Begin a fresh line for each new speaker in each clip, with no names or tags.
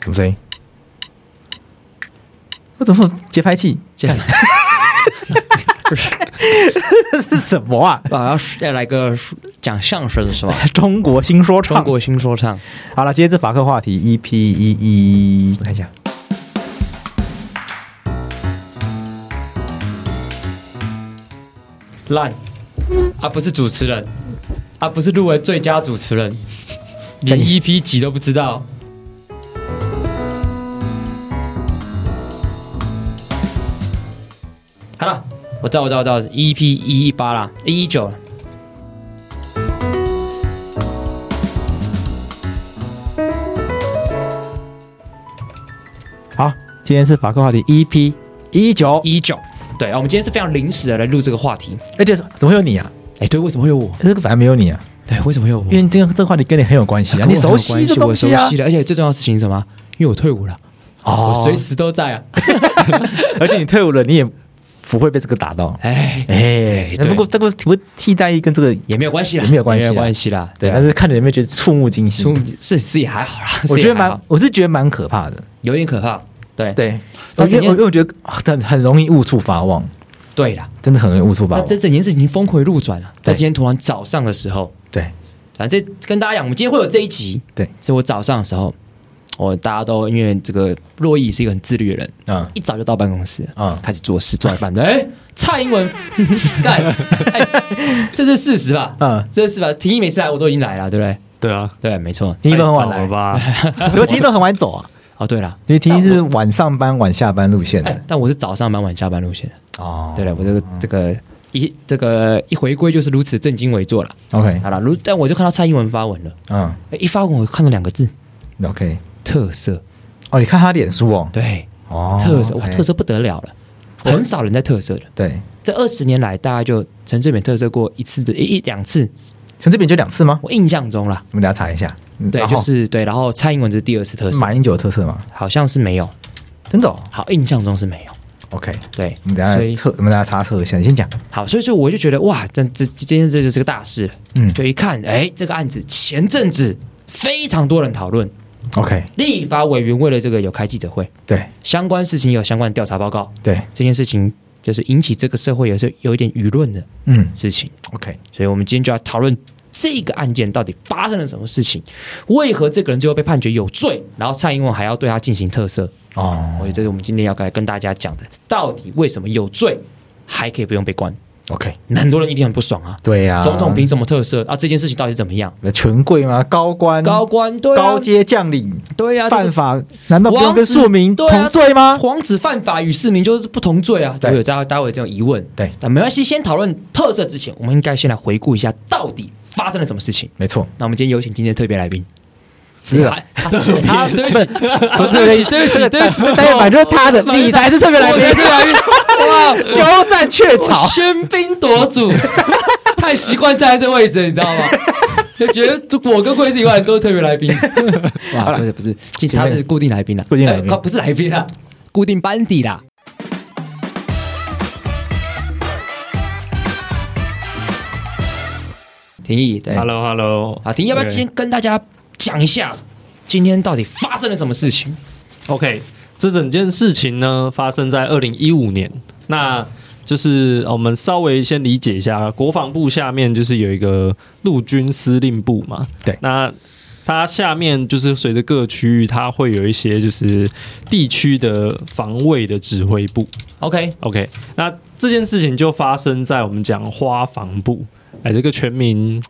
什么声音？我怎么有节 拍器？
这样
这是什么啊？
我要要来个讲相声是吧？
中国新说唱。
新说唱，
好了，今天是法克话题，E EP 一一，E 我看一下。
烂啊，不是主持人啊，不是入围最佳主持人，连 EP 几都不知道。好了，我知道，我知道，我知道，EP 一一八啦，一一九了。
好，今天是法克话题 EP 一九，
一九。对啊，我们今天是非常临时的来录这个话题。
而且哎怎么会有你啊？
哎，对，为什么会有我？
这个反正没有你啊，
对，为什么会有我？
因为这个这个话题跟你很有关系啊，
跟我
你
很有
熟悉这东
关系
西
我
啊哦
熟。悉的，而且最重要的事情是什么？因为我退伍了，我随时都在啊。
而且你退伍了，你也不会被这个打到。
哎，
哎，
对
不过这个不替代役跟这个
也没有关系啦，
也没有关系
也
啦
没有关系啦。
对，
对啊，
但是看着有没有觉得触目惊
出
心？
是是也还好啦，
我
是
觉
也
得
还好
蛮，我是觉得蛮可怕的。
有点可怕。对
对，
那
我
今
觉
天
得我我觉得很很容易误触法网，
对啦，
真的很容易误触法
那
网。
这整件事情峰回路转了。在
对
今天突然早上的时候，
对
反正这跟大家讲，我们今天会有这一集。
对，
所以我早上的时候，我大家都因为这个洛伊是一个很自律的人，
啊
一早就到办公室，
啊
开始做事，做一半的，哎，蔡英文 干，哎，这是事实吧？
啊！
这是事实吧？婷宜每次来我都已经来了，对不对？
对啊，
对，没错。
听都很晚
太早
来，
了吧？
如果听都很晚走啊，
哦，对了，
所以 听是晚上班晚下班路线
哎
的，
但我是早上蛮晚下班路线的。
嗯哦。
对了，我这个这个一这个一回归就是如此正襟危坐了。
OK，
好了，如但我就看到蔡英文发文了，
嗯
哎一发文我看到两个字
，OK。
特色，
哦，你看他脸书哦，
对，
哦，
特色，哇，
OK
特色不得了了，很少人在特色的。
对，
这二十年来，大概就陈水扁特色过一次的一一两次，
陈志扁就两次吗？
我印象中啦，
我们等一下查一下。嗯
对，
然
就
后
是对，然后蔡英文这是第二次特色，
马英九的特色吗？
好像是没有，
真的哦
好，印象中是没有，
，OK。
对
我们等，
所
一
以
下测，我们等一下查测一下。你先讲，
好，所以说我就觉得哇，这这今天这就是个大事了，
嗯
就一看，哎，这个案子前阵子非常多人讨论，
，OK，
立法委员为了这个有开记者会，
对
相关事情有相关调查报告，
对，
这件事情就是引起这个社会有时有一点舆论的
嗯
事情，
，OK，
所以我们今天就要讨论这个案件到底发生了什么事情，为何这个人最后被判决有罪，然后蔡英文还要对他进行特赦，我
哦
觉得这是我们今天要来跟大家讲的，到底为什么有罪还可以不用被关？
，OK，
很多人一定很不爽啊，
对呀，
总统凭什么特赦啊？这件事情到底怎么样？
权贵吗？高官、
高官对啊
高，阶将领
对啊，这
犯
个
法，难道不用
王
跟
子
庶民
对啊
同罪吗？
皇子犯法与市民就是不同罪啊，
对
有大家大家会有这种疑问。
对，
但没关系，先讨论特色之前，我们应该先来回顾一下到底发生了什么事情。
没错，
那我们今天有请今天的特别来宾，
是的
啊，啊对不起，
不
啊对不起，
是
对不
这
起，
个
对不起，
大家反正就是 他的，
我
你才是特别来
我才是
宾，
特别来 宾，哇，
鸠占鹊
我
巢。
喧宾夺 主，太习惯站在这位置，你知道吗？就觉得我跟贵子以外都是特别来宾。 哇，不是不是，其实他是固定来宾啦，
固定来宾
哎靠不是来宾啦，固定班底啦。廷义，对，好
Hello Hello，
廷义，要不要先跟大家讲一下今天到底发生了什么事情？
OK，这整件事情呢发生在二零一五年，那就是呃我们稍微先理解一下，国防部下面就是有一个陆军司令部嘛，
对
那。它下面就是随着各区域，它会有一些就是地区的防卫的指挥部。
OK，
OK，那这件事情就发生在我们讲花防部，哎，这个全名，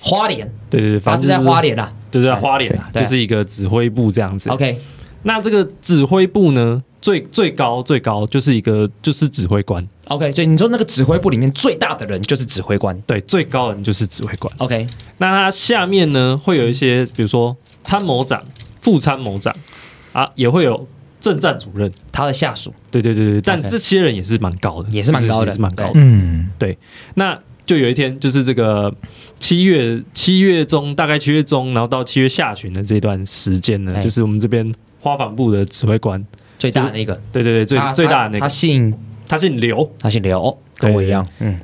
花莲，
对对对，
发
反
是
正
在花莲
莲，
啦。
对对，在花莲啊，
哎对
就是一个指挥部这样子。
OK，
那这个指挥部呢，最最高最高就是一个就是指挥官，
OK，所以你说那个指挥部里面最大的人就是指挥官。
对，最高人就是指挥官。
OK，
那他下面呢，会有一些，比如说参谋长、副参谋长啊，也会有政战主任。
他的下属
对对对对，但
OK
这些人也是蛮高的，
也是蛮高的
也是蛮高的。
嗯，
那就有一天，就是这个七月七月中，大概七月中，然后到七月下旬的这段时间呢，
哎
就是我们这边花防部的指挥官，
最大的那个，
对对对，最
他
最大
他
的那
他
个，
姓
他姓刘。
他姓刘，
对
跟我一样。嗯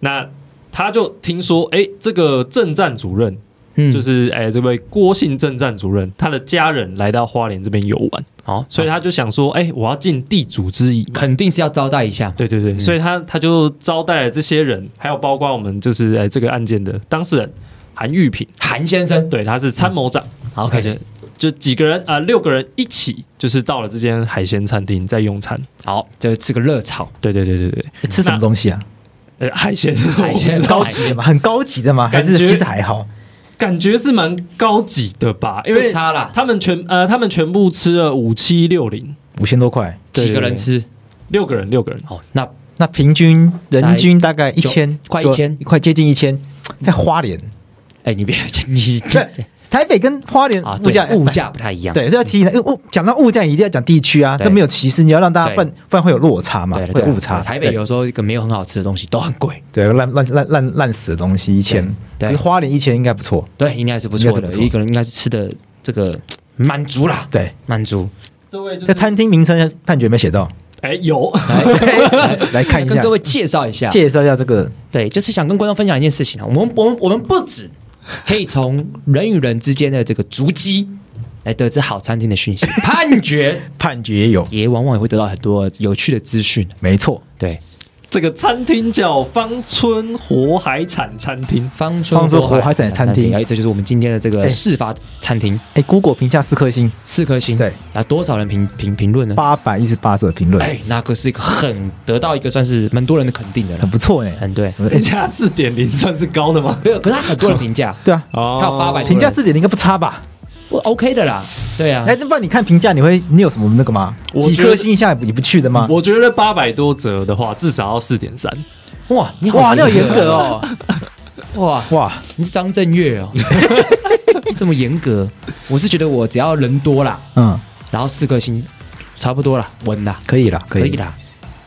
那他就听说，哎，这个政战主任，
嗯
就是哎这位郭姓政战主任，他的家人来到花莲这边游玩，
好，
所以他就想说，哎，我要尽地主之谊嘛。
肯定是要招待一下。
对对对，所以他他就招待了这些人，还有包括我们就是哎这个案件的当事人韩玉平，
韩先生
对，他是参谋长。
好
而且
，OK，
就几个人啊、呃六个人一起，就是到了这间海鲜餐厅在用餐。
好，这吃个热炒，
对对对对对，
诶吃什么东西啊？
呃，海鲜，
海鲜
我不知道
高级的嘛，很高级的嘛，还是
感觉
其实还好？
感觉是蛮高级的吧？因为
不差啦，
他们全呃，他们全部吃了五七六零，
五千多块，
对
几个人吃？
六个人，六个人，
好，那
那平均人均大概一
九
千，
快
就
1000
快接近一千，在花莲，
哎，你别 你
对台北跟花 莲
啊，
物价
对物价不太一样。
对，所以要提醒他，因为物讲到物价，一定要讲地区啊，
对
这没有歧视，你要让大家
对
不然不然会有落差嘛，
对了
会
对
有
了
误差。
台北有时候一个没有很好吃的东西都很贵，
对对烂烂烂烂烂死的东西，一千，
对
可是花莲一千应该不错，
对，应该是不
应该
错
是
的
不，错
一个人应该是吃的这个满足啦，
对，
满足。
这位就
这餐厅名称判决没写到，
哎有，
来看一
跟
下
各，位介绍一下，
介绍一下这个
对，就是想跟观众分享一件事情啊，我们我们我们不止可以从人与人之间的这个足迹来得知好餐厅的讯息，判决
判决也有，
也往往也会得到很多有趣的资讯。
没错，
对，
这个餐厅叫芳村活海产餐厅，
方村
方村
火
火海仔餐厅
哎，这就是我们今天的这个
哎
事发餐厅，
哎，Google 评价四颗星，
四颗星，
对，
啊，多少人评评评论呢？
八百一十八则评论，
哎，那个是一个很得到一个算是蛮多人的肯定的
很
了，
不错哎，
很对，
人家四点零算是高的吗？
没有，可是他很多人评价，
对啊，
哦
他有800
评价四点零应该不差吧？
我 OK 的啦，对啊
哎，，那不然你看评价，你会你有什么那个吗？
我
几
觉得
颗星以下你不去的吗？
我觉得八百多折的话，至少要四点三。
哇，你好
哇，你好严格，哦，
哇，
哇，
你是张震岳哦， 这么严格，我是觉得我只要人多啦，
嗯，
然后四颗星差不多啦，稳啦，
可以啦，可
可
以
以
啦。
啦，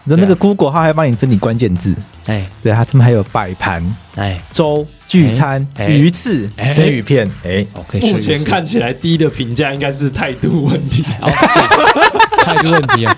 那那个 Google 它还帮你整理关键字，
哎
对它他们还有摆盘、
哎
粥、聚餐、
哎
鱼翅
哎、
生鱼片，哎，
，OK，
目前看起来低的评价应该是态度问 题。
态度问题啊，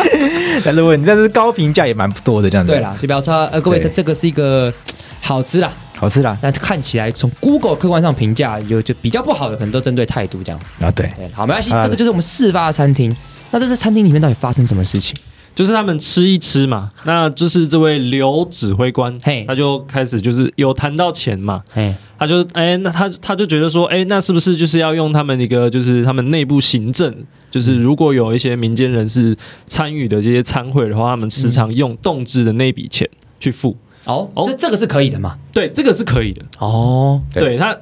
但是问，但是高评价也蛮不多的这样 子。
对啦，，所以不要差，呃，各位，
对
这个是一个好吃啦，
好吃啦，
但看起来从 Google 客观上评价有就比较不好的，可能都针对态度这样。
啊对，
对，好，没关系，
啊
这个就是我们事发的餐厅。那这在餐厅里面到底发生什么事情？
就是他们吃一吃嘛，那就是这位刘指挥官，
嘿
他就开始就是有谈到钱嘛，
哎，
他就哎、那他他就觉得说，哎、那是不是就是要用他们一个就是他们内部行政，就是如果有一些民间人士参与的这些参会的话，他们时常用动支的那笔钱去付，
哦，
哦
这这个是可以的嘛？
对，这个是可以的，
哦，
对
对他。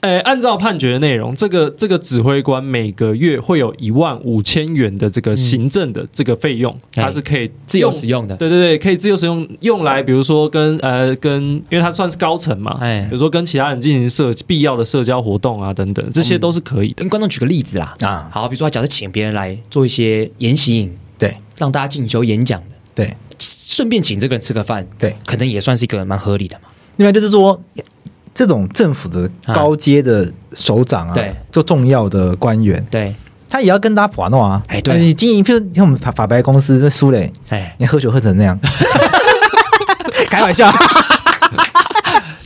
哎，按照判决的内容，这个这个指挥官每个月会有一万五千元的这个行政的这个费用，
哎
他是可以
自由
用
使用的。
对对对，可以自由使用，用来比如说跟呃跟，因为它算是高层嘛，
哎
比如说跟其他人进行社必要的社交活动啊等等，这
嗯
些都是可以的。
跟观众举个例子啦，
啊
好，比如说，假设请别人来做一些研习营，
对
让大家进修演讲的，
对
顺便请这个人吃个饭，
对。
可能也算是一个蛮合理的嘛。
另外就是说，这种政府的高阶的首长啊
啊对，
做重要的官员，
对，
他也要跟大家把弄啊。
哎对
你经营，譬如像我们法法白公司这苏磊，
哎，
你喝酒喝成 那样，开玩笑，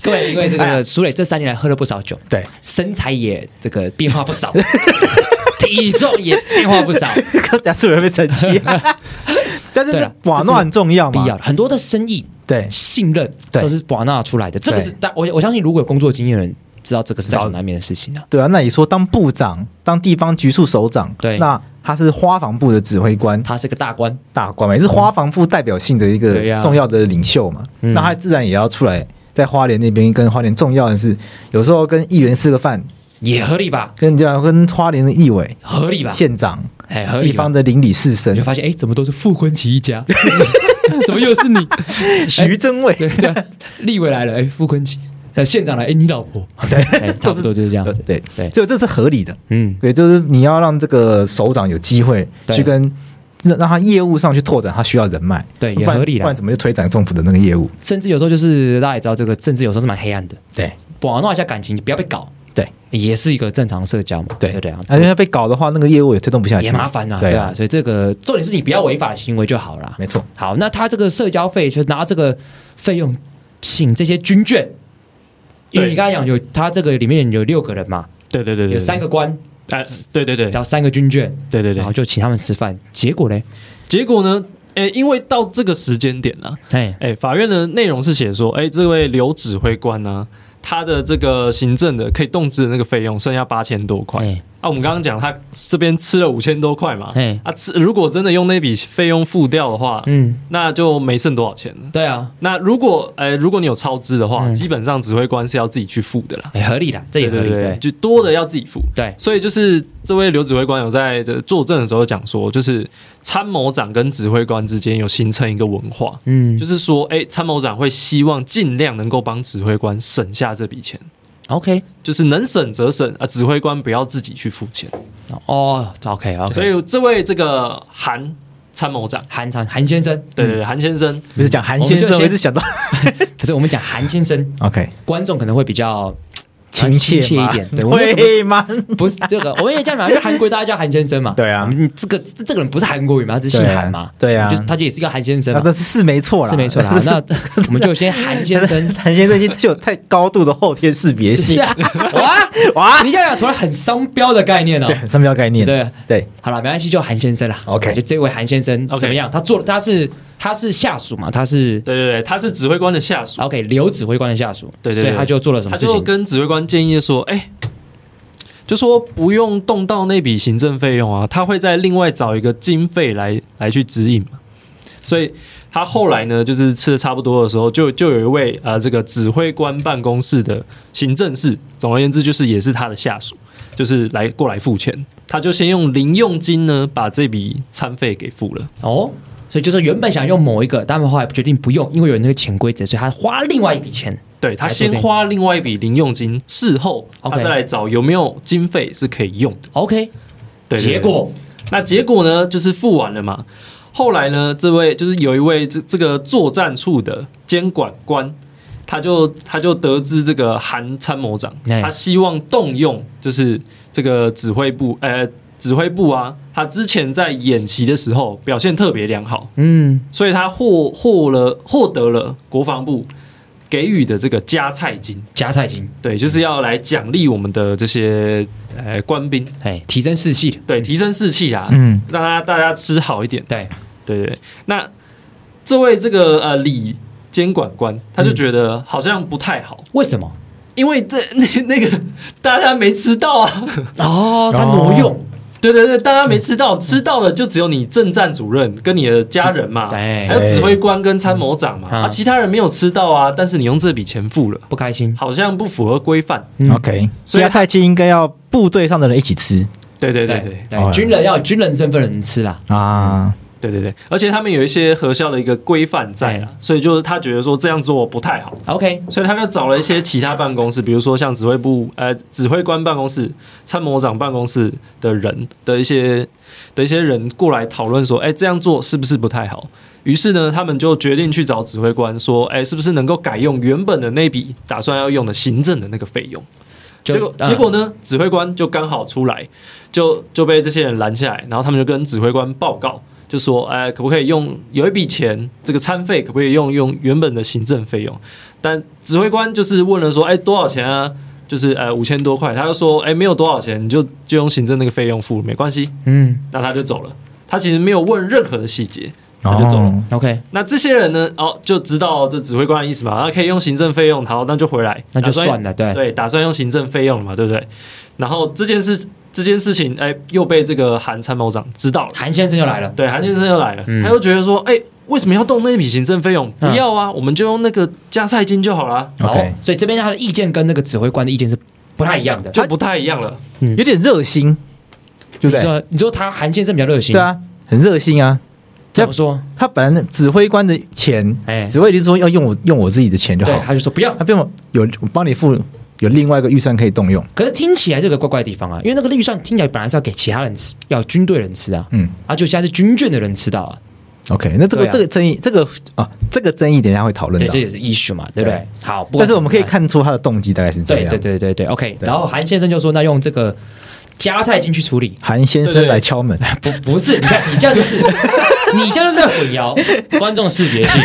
各位，因为这个哎苏磊这三年来喝了不少酒，
对，
身材也这个变化不 少，体重也变化不少。啊
等下苏磊会被生气。 但是
对
这
啊
瓦诺很重要
必
嘛，
要的很多的生意
对，
信任
对
都是瓦纳出来的，这个
对
是大我我相信，如果有工作经验的人知道这个是在所难免的事情啊。
对啊，那你说当部长、当地方局处首长，
对
那他是花防部的指挥官、
他是个大官，
大官嘛，也是花防部代表性的一
对
个
呀
重要的领袖嘛，
嗯
那他自然也要出来在花莲那边跟花莲重要的是，有时候跟议员吃个饭，
也合理吧？
跟这样跟花莲的议委、
合理吧？
县长、
哎，啊合理
地
吧
方的邻里士
你就
绅
发现，哎，怎么都是傅昆奇一家？ 怎么又是你？
徐增伟，
对对啊，立委来了，哎，傅昆奇；呃，县长来，哎，你老婆。
对
哎，差不多就是这样
对。对
对
这这是合理的，
嗯，
对，就是你要让这个首长有机会
对
去跟。让让他业务上去拓展，他需要人脉，
对
不
也
然
合理啦啊
不然怎么就推展政府的那个业务？
甚至有时候就是大家也知道，这个政治有时候是蛮黑暗的，
对
玩弄一下感情，不要被搞，
对
也是一个正常社交嘛，
对
不对啊？
而且他被搞的话，那个业务也推动不下去，
也麻烦啊，对啊，，所以这个重点是你不要违法行为就好啦。
没错，
好，那他这个社交费就拿这个费用请这些军眷，因为
对
你刚才讲有他这个里面有六个人嘛，
对对对对，
有三
个，
个官，
哎，对对对
然后三个军眷，
对对对
然后，就请他们吃饭，结果嘞，
结果呢，哎，因为到这个时间点啊，
哎，
哎，法院的内容是写说，哎，这位刘指挥官呢、他的这个行政的可以动支的那个费用剩下八千多块。
哎
啊，我们刚刚讲他这边吃了五千多块嘛，
哎，
啊，吃如果真的用那笔费用付掉的话，
嗯，
那就没剩多少钱了。
对啊，
那如果呃，如果你有超支的话，
嗯
基本上指挥官是要自己去付的啦，
哎，合理的，这也合理，
对对
对
就多的要自己付。
对，
所以就是这位刘指挥官有在这作证的时候讲说，就是参谋长跟指挥官之间有形成一个文化，
嗯
就是说，哎、参谋长会希望尽量能够帮指挥官省下这笔钱，
，OK，
就是能省则省啊，指挥官不要自己去付钱。
哦，OK OK，
所以这位这个韩参谋长，
韩长韩先生，
对对对，韩先生，
不是讲韩先
我们就
生，
先
我一直想 到
可是我们讲韩先生，
OK
观众可能会比较
亲
切
切嘛
一点，对，我们为什么
对吗？
不是这个，我们也这样讲，因 为韩国大家叫韩先生嘛，
对啊
我们这个这个人不是韩国语嘛，他只是姓韩嘛，
对啊
就，是他就也是一个韩先生
那
嘛，
那是是没错啦，
是没错 啦。好那我们就先韩先
，
生
韩先生已经具有太高度的后天识别
是
性，
啊， 哇，
哇，
你想想，突然很商标的概念哦
对，，商标概念，
对，
对
好了，没关系，就韩先生啦
OK
就这位韩先生
OK
怎么样？他做他是他是下属嘛，他是
对对对，他是指挥官的下属，
OK 刘指挥官的下属，
对对对
所以他就做了什
他
么事
就
情？
跟指挥官建议说，哎、就说不用动到那笔行政费用啊，他会再另外找一个经费来来去指引嘛。所以他后来呢，就是吃的差不多的时候，就就有一位啊、呃这个指挥官办公室的行政室，总而言之就是也是他的下属，就是来过来付钱。他就先用零用金呢，把这笔餐费给付了。
哦，所以就是原本想用某一个，但他们后来决定不用，因为有那个潜规则，所以他花另外一笔钱。
对他
来做这
先
个
花另外一笔零用金，事后他
OK
再来找有没有经费是可以用的。
OK，
对对对
结果
那结果呢，就是付完了嘛。后来呢，这位就是有一位这这个作战处的监管官，他就他就得知这个韩参谋长，
哎
他希望动用就是这个指挥部，呃，指挥部啊，他之前在演习的时候表现特别良好，
嗯，
所以他获获了获得了国防部给予的这个加菜金，
加菜金，
对，就是要来奖励我们的这些呃官兵，
哎，提升士气，
对，提升士气啊啦，
嗯，
让大家大家吃好一点。
对，
对对，对那这位这个呃李监管官，他就觉得好像不太好，
为什么？
因为这 那那个大家没吃到啊，
哦，他
哦
挪用，
对对对，大家没吃到，吃到了就只有你政战主任跟你的家人嘛，
对
还有指挥官跟参谋长嘛，
嗯
啊，其他人没有吃到啊，但是你用这笔钱付了，
不开心。
好像不符合规范。
嗯
OK，所
所
以
以他
菜鸡应该要部队上的人一起吃
对对对对
对，
哦
军人要有军人身份的人吃啦。
嗯
啊，
对对对，而且他们有一些核销的一个规范在啊，所以就是他觉得说这样做不太好。
OK，
所以他就找了一些其他办公室，比如说像指挥部、呃指挥官办公室、参谋长办公室的人的一些的一些人过来讨论说，哎、这样做是不是不太好？于是呢，他们就决定去找指挥官说，哎、是不是能够改用原本的那笔打算要用的行政的那个费用？
就
结果
嗯
结果呢，指挥官就刚好出来，就就被这些人拦下来，然后他们就跟指挥官报告，就说，哎、可不可以用有一笔钱，这个餐费可不可以用用原本的行政费用？但指挥官就是问了说，哎、多少钱啊？就是呃五千多块，他就说，哎、没有多少钱，你就就用行政那个费用付，没关系。
嗯，
那他就走了。他其实没有问任何的细节，他就走了。
哦
嗯 OK，
那这些人呢？哦，就知道这指挥官的意思嘛，他啊可以用行政费用，好，那就回来，啊
那就
打算
算了，对，
对，打算用行政费用了嘛，对不对？然后这件事这件事情，哎，又被这个韩参谋长知道了，
韩先生又来了，
对，韩先生又来了，
嗯
他又觉得说，哎，为什么要动那一笔行政费用？不
嗯
要啊，我们就用那个加赛金就好了，啊
好
哦 OK，
所以这边他的意见跟那个指挥官的意见是不太一样的，
就不太一样了。
有点热心，对不
你
对？
说你说他韩先生比较热心，
对，啊，很热心啊。
怎么说？
他本来那指挥官的钱，
哎，
指挥就是说要用我用我自己的钱就
对，
好，
他就说不要。
他不用有我帮你付，有另外一个预算可以动用。
可是听起来这个怪怪的地方啊，因为那个预算听起来本来是要给其他人吃，要军队人吃啊，
嗯
啊，就现在是军眷的人吃到啊，
，OK，那这个、
对啊
这个争议，这个啊，这个争议等一下会讨论
对，
到
这。也是 issue 嘛，对不对
对？
好，不管
但是我们可以
怎么
看出他的动机大概是这
对
样。
对对对对，OK。
对
然后韩先生就说，那用这个加菜金去处理，
韩先
对
生
对
来敲 门，
不不是，你看你这样就是 你这样就是在混淆观众视觉 性。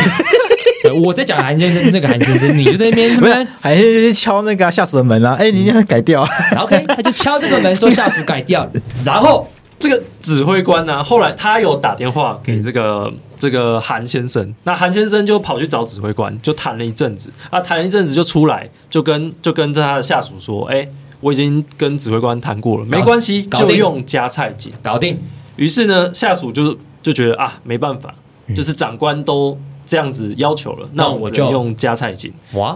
对我在讲韩先生，那个韩先生，你就在那边
不是
什么
韩先生就是敲那个啊下属的门啊，哎，
嗯
你要改掉啊。
然后 OK，他就敲这个门说下属改掉，然后
这个指挥官呢、后来他有打电话给这个、这个韩先生，那韩先生就跑去找指挥官，就谈了一阵子，啊，谈了一阵子就出来，就跟就跟他的下属说，哎、我已经跟指挥官谈过了，没关系，
搞定
就用加菜金。
搞定。
于是呢，下属就就觉得啊，没办法，就是长官都这样子要求了，那
那
我
我
就
就
用加菜金。
哇，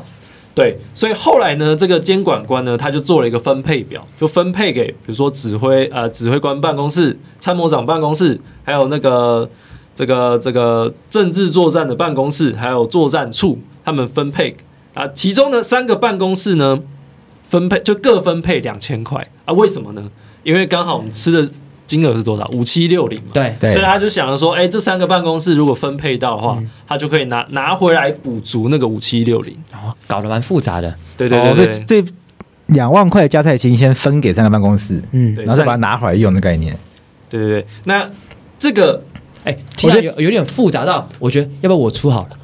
对，所以后来呢，这个监管官呢，他就做了一个分配表，就分配给比如说指挥呃指挥官办公室、参谋长办公室，还有那个这个这个政治作战的办公室，还有作战处，他们分配啊，其中呢三个办公室呢分配就各分配两千块啊，为什么呢？因为刚好我们吃的金额是多少？五七六零嘛。
对，嗯
对
所以他就想着说，哎、这三个办公室如果分配到的话，他就可以拿拿回来补足那个五七六零。
然后搞得蛮复杂的，
对对
哦
对
所
对
以这两万块的加菜金先分给三个办公室，
嗯
对
然后再把它拿回来用的概念。
对对对，那这个
哎，听起来有有点复杂到，我觉得要不要我出好了？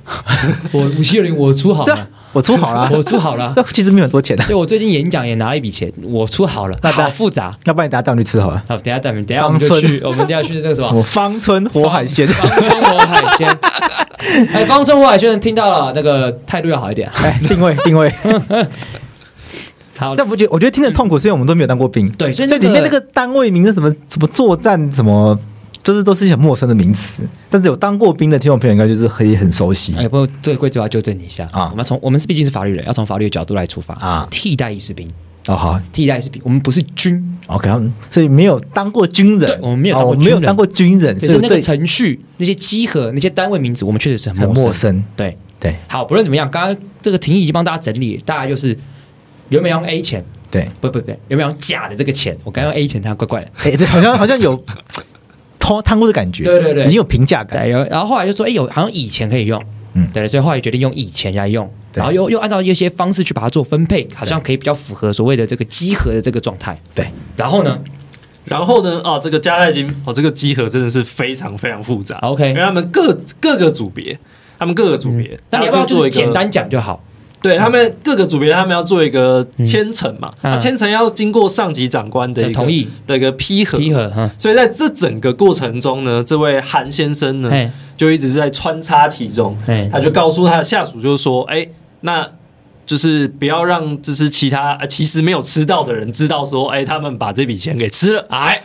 我五七六零我出好
对
了
啊，，我出好了，
我出好了。
这其实没有很多钱啊的，
对我最近演讲也拿了一笔钱，我出好了，
那当
好
然
复杂。
要不然大家带我去吃好了。
好，等一下等等一下我们就
方寸
去，我们等一下去那个什么。
我芳村活海鲜，
方村火海 鲜，哎，方村火海鲜听到了，那个态度要好一点。
哎，定位定位。
好，
但不觉，我觉得听着痛苦，是因为我们都没有当过兵。
对所以
所以
那
里
个
面那个单位名是什么什么作战什么，就是都是一些很陌生的名词。但是有当过兵的听众朋友应该就是可以很熟悉
哎，不过这个规则我要纠正你一下
啊
我们要从我们是毕竟是法律人，要从法律的角度来出发
啊
替代役士兵，
哦。好
替代役士兵，我们不是军，
，OK，他们所以没有当过军
对
人，
我们没有
哦
当过
我们没有
军人
当过军人，
只
所以
是那个
对
程序、那些集合、那些单位名字，我们确实是很
很
陌生。
陌生。
对，
对
好，不论怎么样，刚刚这个庭议已经帮大家整理，大家就是有没有用 A 钱？
对，
不不不，有没有用假的这个钱？我刚刚用 A 钱，它怪怪的。
哎，对，好像 好像有偷贪污的感觉，
对对对
已经有评价感。
对，有然后后来就说，哎，有好像以前可以用，
嗯
对，所以后来决定用以前来用，
对
然后又又按照一些方式去把它做分配，好像可以比较符合所谓的这个集合的这个状态。
对，
然后呢
嗯然后呢，啊，这个加泰金，哦，这个集合真的是非常非常复杂。因为
，OK，嗯
他们各各个组别，他们各个组别，
那你要不
他
要
们
就
做
是
一
简
个，
单讲就好？
对他们各个组别，他们要做一个签呈嘛，
嗯
啊，签呈要经过上级长官的一个
同意
的一个批核。
集合哈，
所以在这整个过程中呢，这位韩先生呢，
哎
就一直在穿插其中。
哎，
他就告诉他的下属，就是说，哎、那就是不要让就是其他呃其实没有吃到的人知道说，哎、他们把这笔钱给吃了，哎，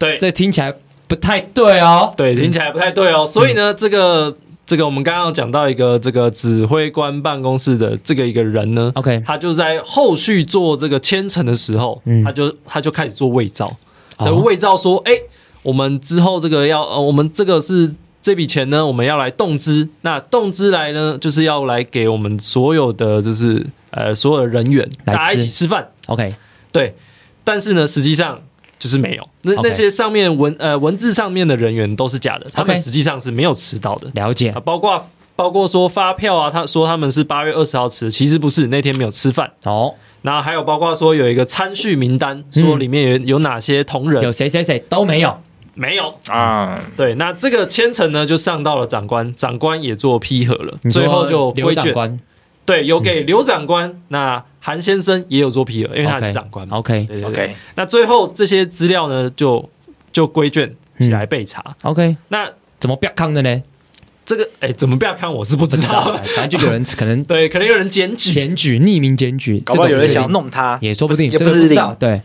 对
这听起来不太对哦。
对，听起来不太对哦。所以呢，
嗯
这个这个我们刚刚有讲到一个这个指挥官办公室的这个一个人呢。
OK，
他就在后续做这个签呈的时候，
嗯
他就他就开始做伪造，
哦
他就伪造说，哎、我们之后这个要，呃，我们这个是这笔钱呢，我们要来动资，那动资来呢，就是要来给我们所有的就是呃所有的人员
来
大家一
吃
起吃饭，
OK，
对，但是呢，实际上。就是没有，那
OK
那些上面文呃文字上面的人员都是假的，他们
OK
实际上是没有吃到的
了解
啊，。包括包括说发票啊，他说他们是八月二十号吃的，其实不是，那天没有吃饭，
哦，
然后还有包括说有一个参序名单，说里面有有哪些同仁、
嗯有谁谁谁都没有。
没有啊？对，那这个千层呢就上到了长官，长官也做批核了，
你说
最后就
刘
归
长
卷，
官
对，有给刘长官，那韩先生也有做批核，因为他是长官嘛。
，OK
对对对。那最后这些资料呢就就归卷起来备查。
OK，
那
怎么不要康的呢？
这个哎怎么不要看我是不知道，
反正就有人可能
对，可能有人检举。
检举，匿名检举，
搞不好
这个
有人
确定
想要弄他，
也说不定，
也
这
不
个
是
知
定。
道。对，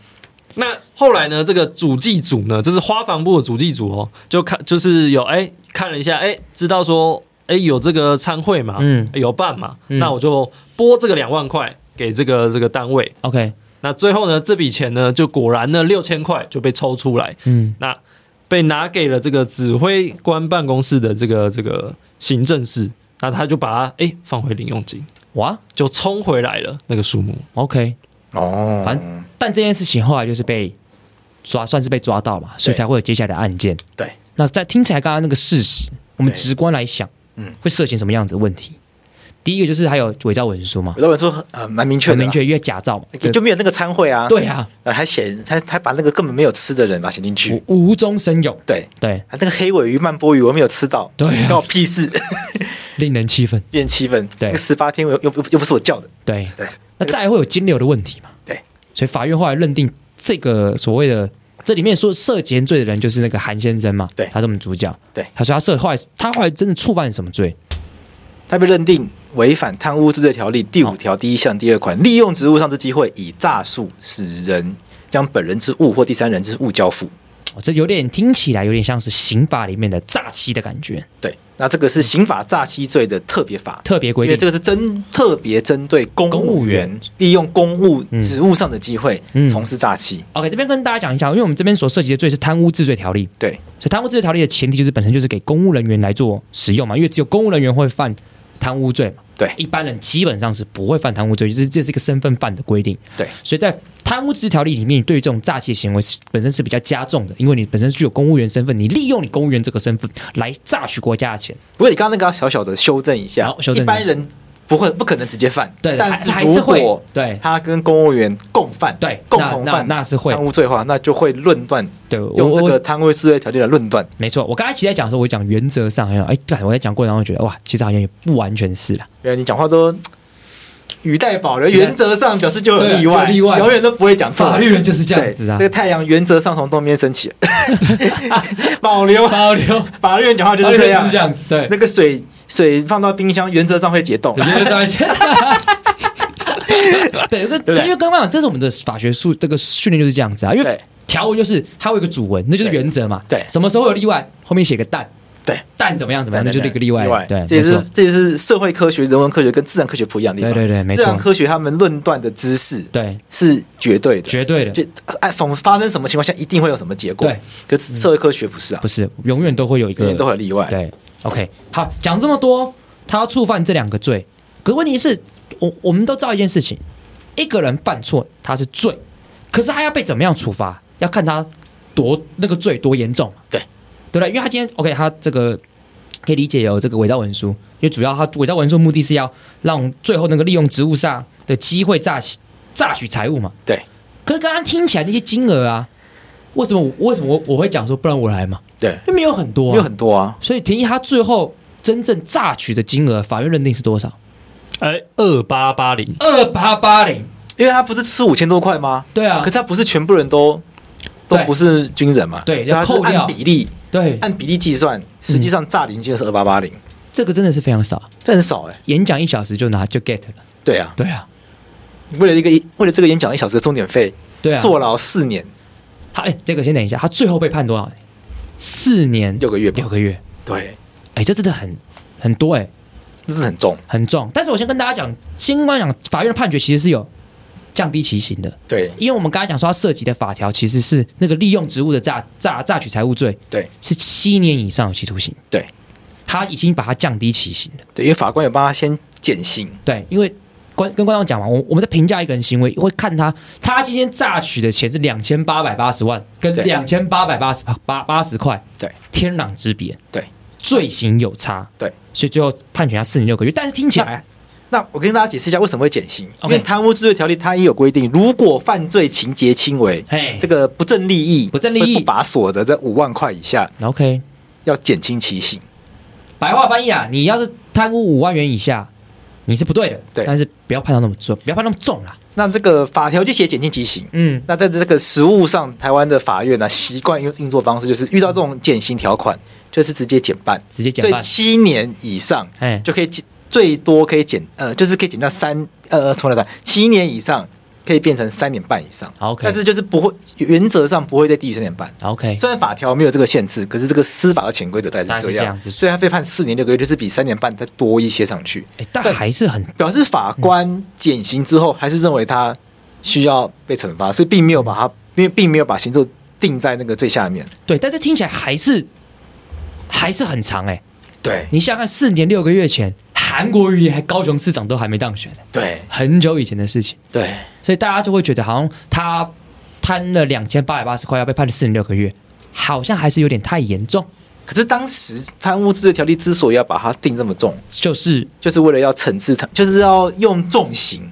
那后来呢？这个主计组呢，这是花防部的主计组哦，就看就是有哎看了一下，哎知道说哎有这个参会嘛，
嗯
有办嘛，
嗯
那我就拨这个两万块给这个这个单位。
，OK，
那最后呢，这笔钱呢，就果然呢六千块就被抽出来，
嗯，
那被拿给了这个指挥官办公室的这个这个行政室，那他就把它哎放回零用金，
哇
就冲回来了那个数目。
，OK。
哦，
反但这件事情后来就是被抓，算是被抓到嘛，所以才会有接下来的案件。
对，
那在听起来刚刚那个事实，我们
对
直观来想，
嗯
嗯，会涉嫌什么样子的问题？第一个就是还有伪造文书嘛，
有的人说呃蛮明确
很
的
明
啦，
确，因为假造嘛，
也就没有那个参会啊，
对啊，
然后还写还还把那个根本没有吃的人把它写进去，
无无中生有，
对，
对，
啊那个黑尾鱼、慢波鱼我没有吃到，
对啊
关我屁事，
令人气愤，
变气氛，
对
那个十八天我又又又不是我叫的，
对。
对，
那再来会有金流的问题嘛？
对，
所以法院后来认定这个所谓的这里面说涉嫌罪的人就是那个韩先生嘛，
对
他是我们主角，
对
他说他涉后来他后来真的触犯什么罪？
他被认定违反贪污治罪条例
哦
第五条第一项第二款，利用职务上之机会以诈术使人将本人之物或第三人之物交付。
哦，这有点听起来有点像是刑法里面的诈欺的感觉，
对，那这个是刑法诈欺罪的特别法，
特别
因
规定
为这个是针特别针对公
公
务
务
员利用公务职务上的机会
嗯
从事诈欺。
OK，这边跟大家讲一下，因为我们这边所涉及的罪是贪污治罪条例，
对，
所以贪污治罪条例的前提就是本身就是给公务人员来做使用嘛，因为只有公务人员会犯贪污罪嘛。
对
一般人基本上是不会犯贪污罪，就是这是一个身份犯的规定。
对，
所以在贪污治罪条例里面，对于这种诈欺的行为是本身是比较加重的，因为你本身具有公务员身份，你利用你公务员这个身份来榨取国家的钱，
不过你刚刚那个要小小的修正一下
好，修
一
正一下
般人不会不可能直接犯，
对，
但
还
是
还
如
是会
果
对
他跟公务员共犯，
对，
共
那
同
那
犯
那是会
贪污罪的话，那就会论断，
对我
用这
我
个贪污治罪条例来论断。
没错，我刚才其实在讲的时候，我讲原则上好像，哎，干我在讲过程中觉得哇，其实好像也不完全是啦。
对，你讲话都嗯语带保留，原则上表示就有
对
例外，
有例外
永远都不会讲错。
人就是这啊
对，这个太阳原则上从东边 升起，保留
保留
法律人讲话就是这 样。
样子，对，
那个水水放到冰箱，原则上会解冻。
觉得这 样。对，这
对
个因为刚刚讲，这是我们的法学术这个训练就是这样子啊，因
对
为条文就是它会有一个主文，那就是原则嘛。
对对
什么时候有例外，后面写个但，
对，
但怎么样怎么样，那
对
就是一个例外。对，
这也
没
是
错，
这也是社会科学、人文科学跟自然科学不一样的地
对
方。
对对，没
自然
错，
科学他们论断的知识
对，
是绝对的，
绝对的，
就哎，逢发生什么情况下一定会有什么结果
对。
可是社会科学不是啊
不，是永远都会有一
永
个
远都会有例外。
对，OK，好，讲这么多，他要触犯这两个罪，可问题是，我我们都知道一件事情，一个人犯错他是罪，可是他要被怎么样处罚，要看他多那个罪多严重嘛，
对
对不对？因为他今天 OK，他这个可以理解有这个伪造文书，因为主要他伪造文书目的是要让最后那个利用职务上的机会诈取诈取财物嘛，
对。
可是刚刚听起来那些金额啊，为什么我为什么我我会讲说不然我来嘛？
对，
因为没有很多、
因
啊，
为很多啊，
所以廷一他最后真正榨取的金额，法院认定是多少？
哎，二八八零，
二八八零。
因为他不是吃五千多块吗？
对啊
可是，他不是全部人都都
对
不是军人嘛？
对
所以他
要扣
是按
掉嗯
比例
对，
按比例计算，实际上诈领金额是二八八零，
这个真的是非常少。
这很少哎、
演讲一小时就拿就 get 了。
对啊，
对啊，
为了一个为了这个演讲一小时的钟点费，
对啊。
坐牢四年
他哎，这个先等一下，他最后被判多少？四年
六个月吧
六，个月。
对，
哎，这真的很很多哎，
这是很重，
很重。但是我先跟大家讲，先跟讲法院的判决其实是有降低其刑的，
对
因为我们刚才讲说它涉及的法条其实是那个利用职务的诈诈诈取财物罪，
对
是七年以上有期徒刑。
对，
他已经把它降低其刑了。
对，因为法官有帮他先减刑，
对，因为观跟观众讲嘛，我我们在评价一个人行为，会看他他今天榨取的钱是两千八百八十万跟
对
两千八百八十八八十块，
对，
天壤之别，
对，
罪行有差，
对，
所以最后判决他四年六个月，但是听起来
那我跟大家解释一下为什么会减刑，因
OK
为贪污治罪条例它也有规定，如果犯罪情节轻微，
嘿
这个不正利益、
哎不正利益
或不法所得在五万块以下，
OK，
要减轻其刑。
白话翻译啊，你要是贪污五万元以下，你是不对的，
对
但是不要判到那么重，不要判那么重啊啦。
那这个法条就写减轻极刑。
嗯，
那在这个实务上，台湾的法院呢、习惯用运作方式就是遇到这种减刑条款，就是直接减半，
直接减
所以
半。
七年以上
哎，
就可以减，最多可以减呃，就是可以减到三呃，从来算七年以上可以变成三年半以上。
好，OK
但是就是不会原则上不会再低于三年半。
OK，
虽然法条没有这个限制，可是这个司法的潜规则大概
大
是
概是
这样，
这样子
所以他被判四年六个月，就是比三年半再多一些上去。
哎但还是很
表示法官减刑之后，还是认为他需要被惩罚，所以并没有把他，并并没有把刑咒定在那个最下面。
对，但是听起来还是还是很长哎、
对
你想想看，四年六个月前，韩国瑜还高雄市长都还没当选，
对
很久以前的事情，
对，
所以大家就会觉得好像他贪了两千八百八十块，要被判了四年六个月，好像还是有点太严重，
可是当时贪污治罪条例之所以要把它定这么重，
就是
就是为了要惩治他，就是要用重刑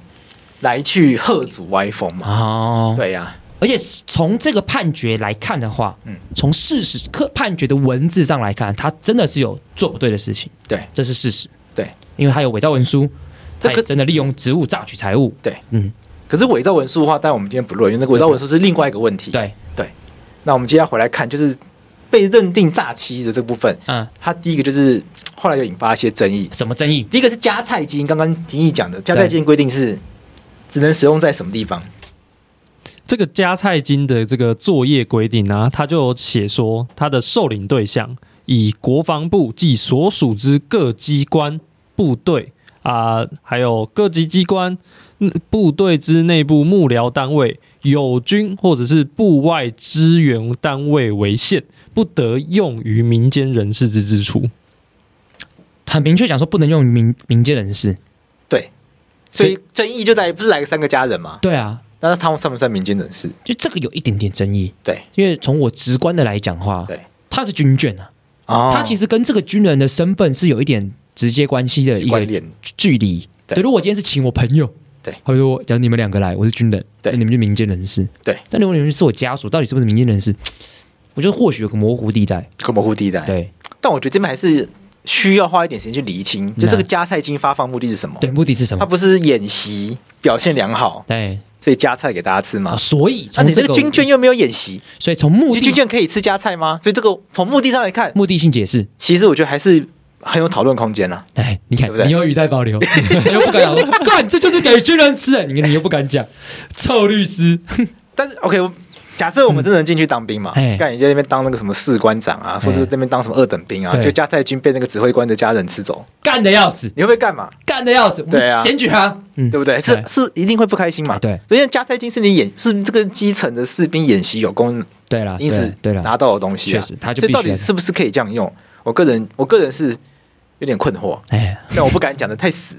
来去喝阻歪风嘛。
哦，
对呀、
而且从这个判决来看的话，
嗯
从事实刻判决的文字上来看，他真的是有做不对的事情，
对
这是事实，
对，
因为他有伪造文书，
那
他
可
也真的利用职务榨取财物，
对，
嗯，
可是伪造文书的话，但我们今天不论，因为那个伪造文书是另外一个问题。，
对，
那我们接下来回来看，就是被认定诈欺的这部分，
嗯，
它第一个就是后来有引发一些争议。
什么争议？
第一个是加菜金，刚刚廷义讲的，加菜金规定是只能使用在什么地方？
这个加菜金的这个作业规定呢、它就有写说，它的受领对象以国防部及所属之各机关、部队啊、还有各级机关、嗯部队之内部幕僚单位、友军或者是部外支援单位为限，不得用于民间人士之支出。
很明确讲说不能用于民民间人士。
对，所以争议就在于不是来三个家人嘛？
对啊，
那他们算不算民间人士？
就这个有一点点争议，
对
因为从我直观的来讲话，
对，
他是军眷啊，
哦
他其实跟这个军人的身份是有一点直接关系的一
关
个
联，
距离。
对
对，如果我今天是请我朋友，
对
他说假如你们两个来，我是军人，
对
那你们就民间人士，
对，
但如果你们是我家属，到底是不是民间人士？我觉得或许有个模糊地带，
个模糊地带。
对
但我觉得这边还是需要花一点时间去厘清，就这个加菜金发放目的是什么？
嗯对，目的是什
他
么？
不是演习表现良好，
对
所以加菜给大家吃
啊，
吗？
所以
那
从
你这
这
个军眷，又没有演习，
所以从目的
军眷可以吃加菜吗？所以这个从目的上来看，
目的性解释，
其实我觉得还是很有讨论空间啊啦。
哎，你看
对不对
你又语带保留， 你又不敢讲说， 干这就是给军人吃的，你你又不敢讲，臭律师，
但是 OK，我假设我们真的能进去当兵嘛，
嗯哎
干、你就在那边当那个什么士官长啊，或是在那边当什么二等兵啊，
对
就加在军被那个指挥官的家人吃走，
干的要死，
你会不会干嘛？
干的要死，我们
对啊
检举他，嗯
对不对？是
对啊
是，一定会不开心嘛。
对，
所以加菜金是你演是这个基层的士兵演习有功，
对啦，
因此
啊对了，
拿到的东西、啊，
确实他就
这
必须
到底
要
是不是可以这样用？我个人我个人是有点困惑，
哎，
但我不敢讲的 太死，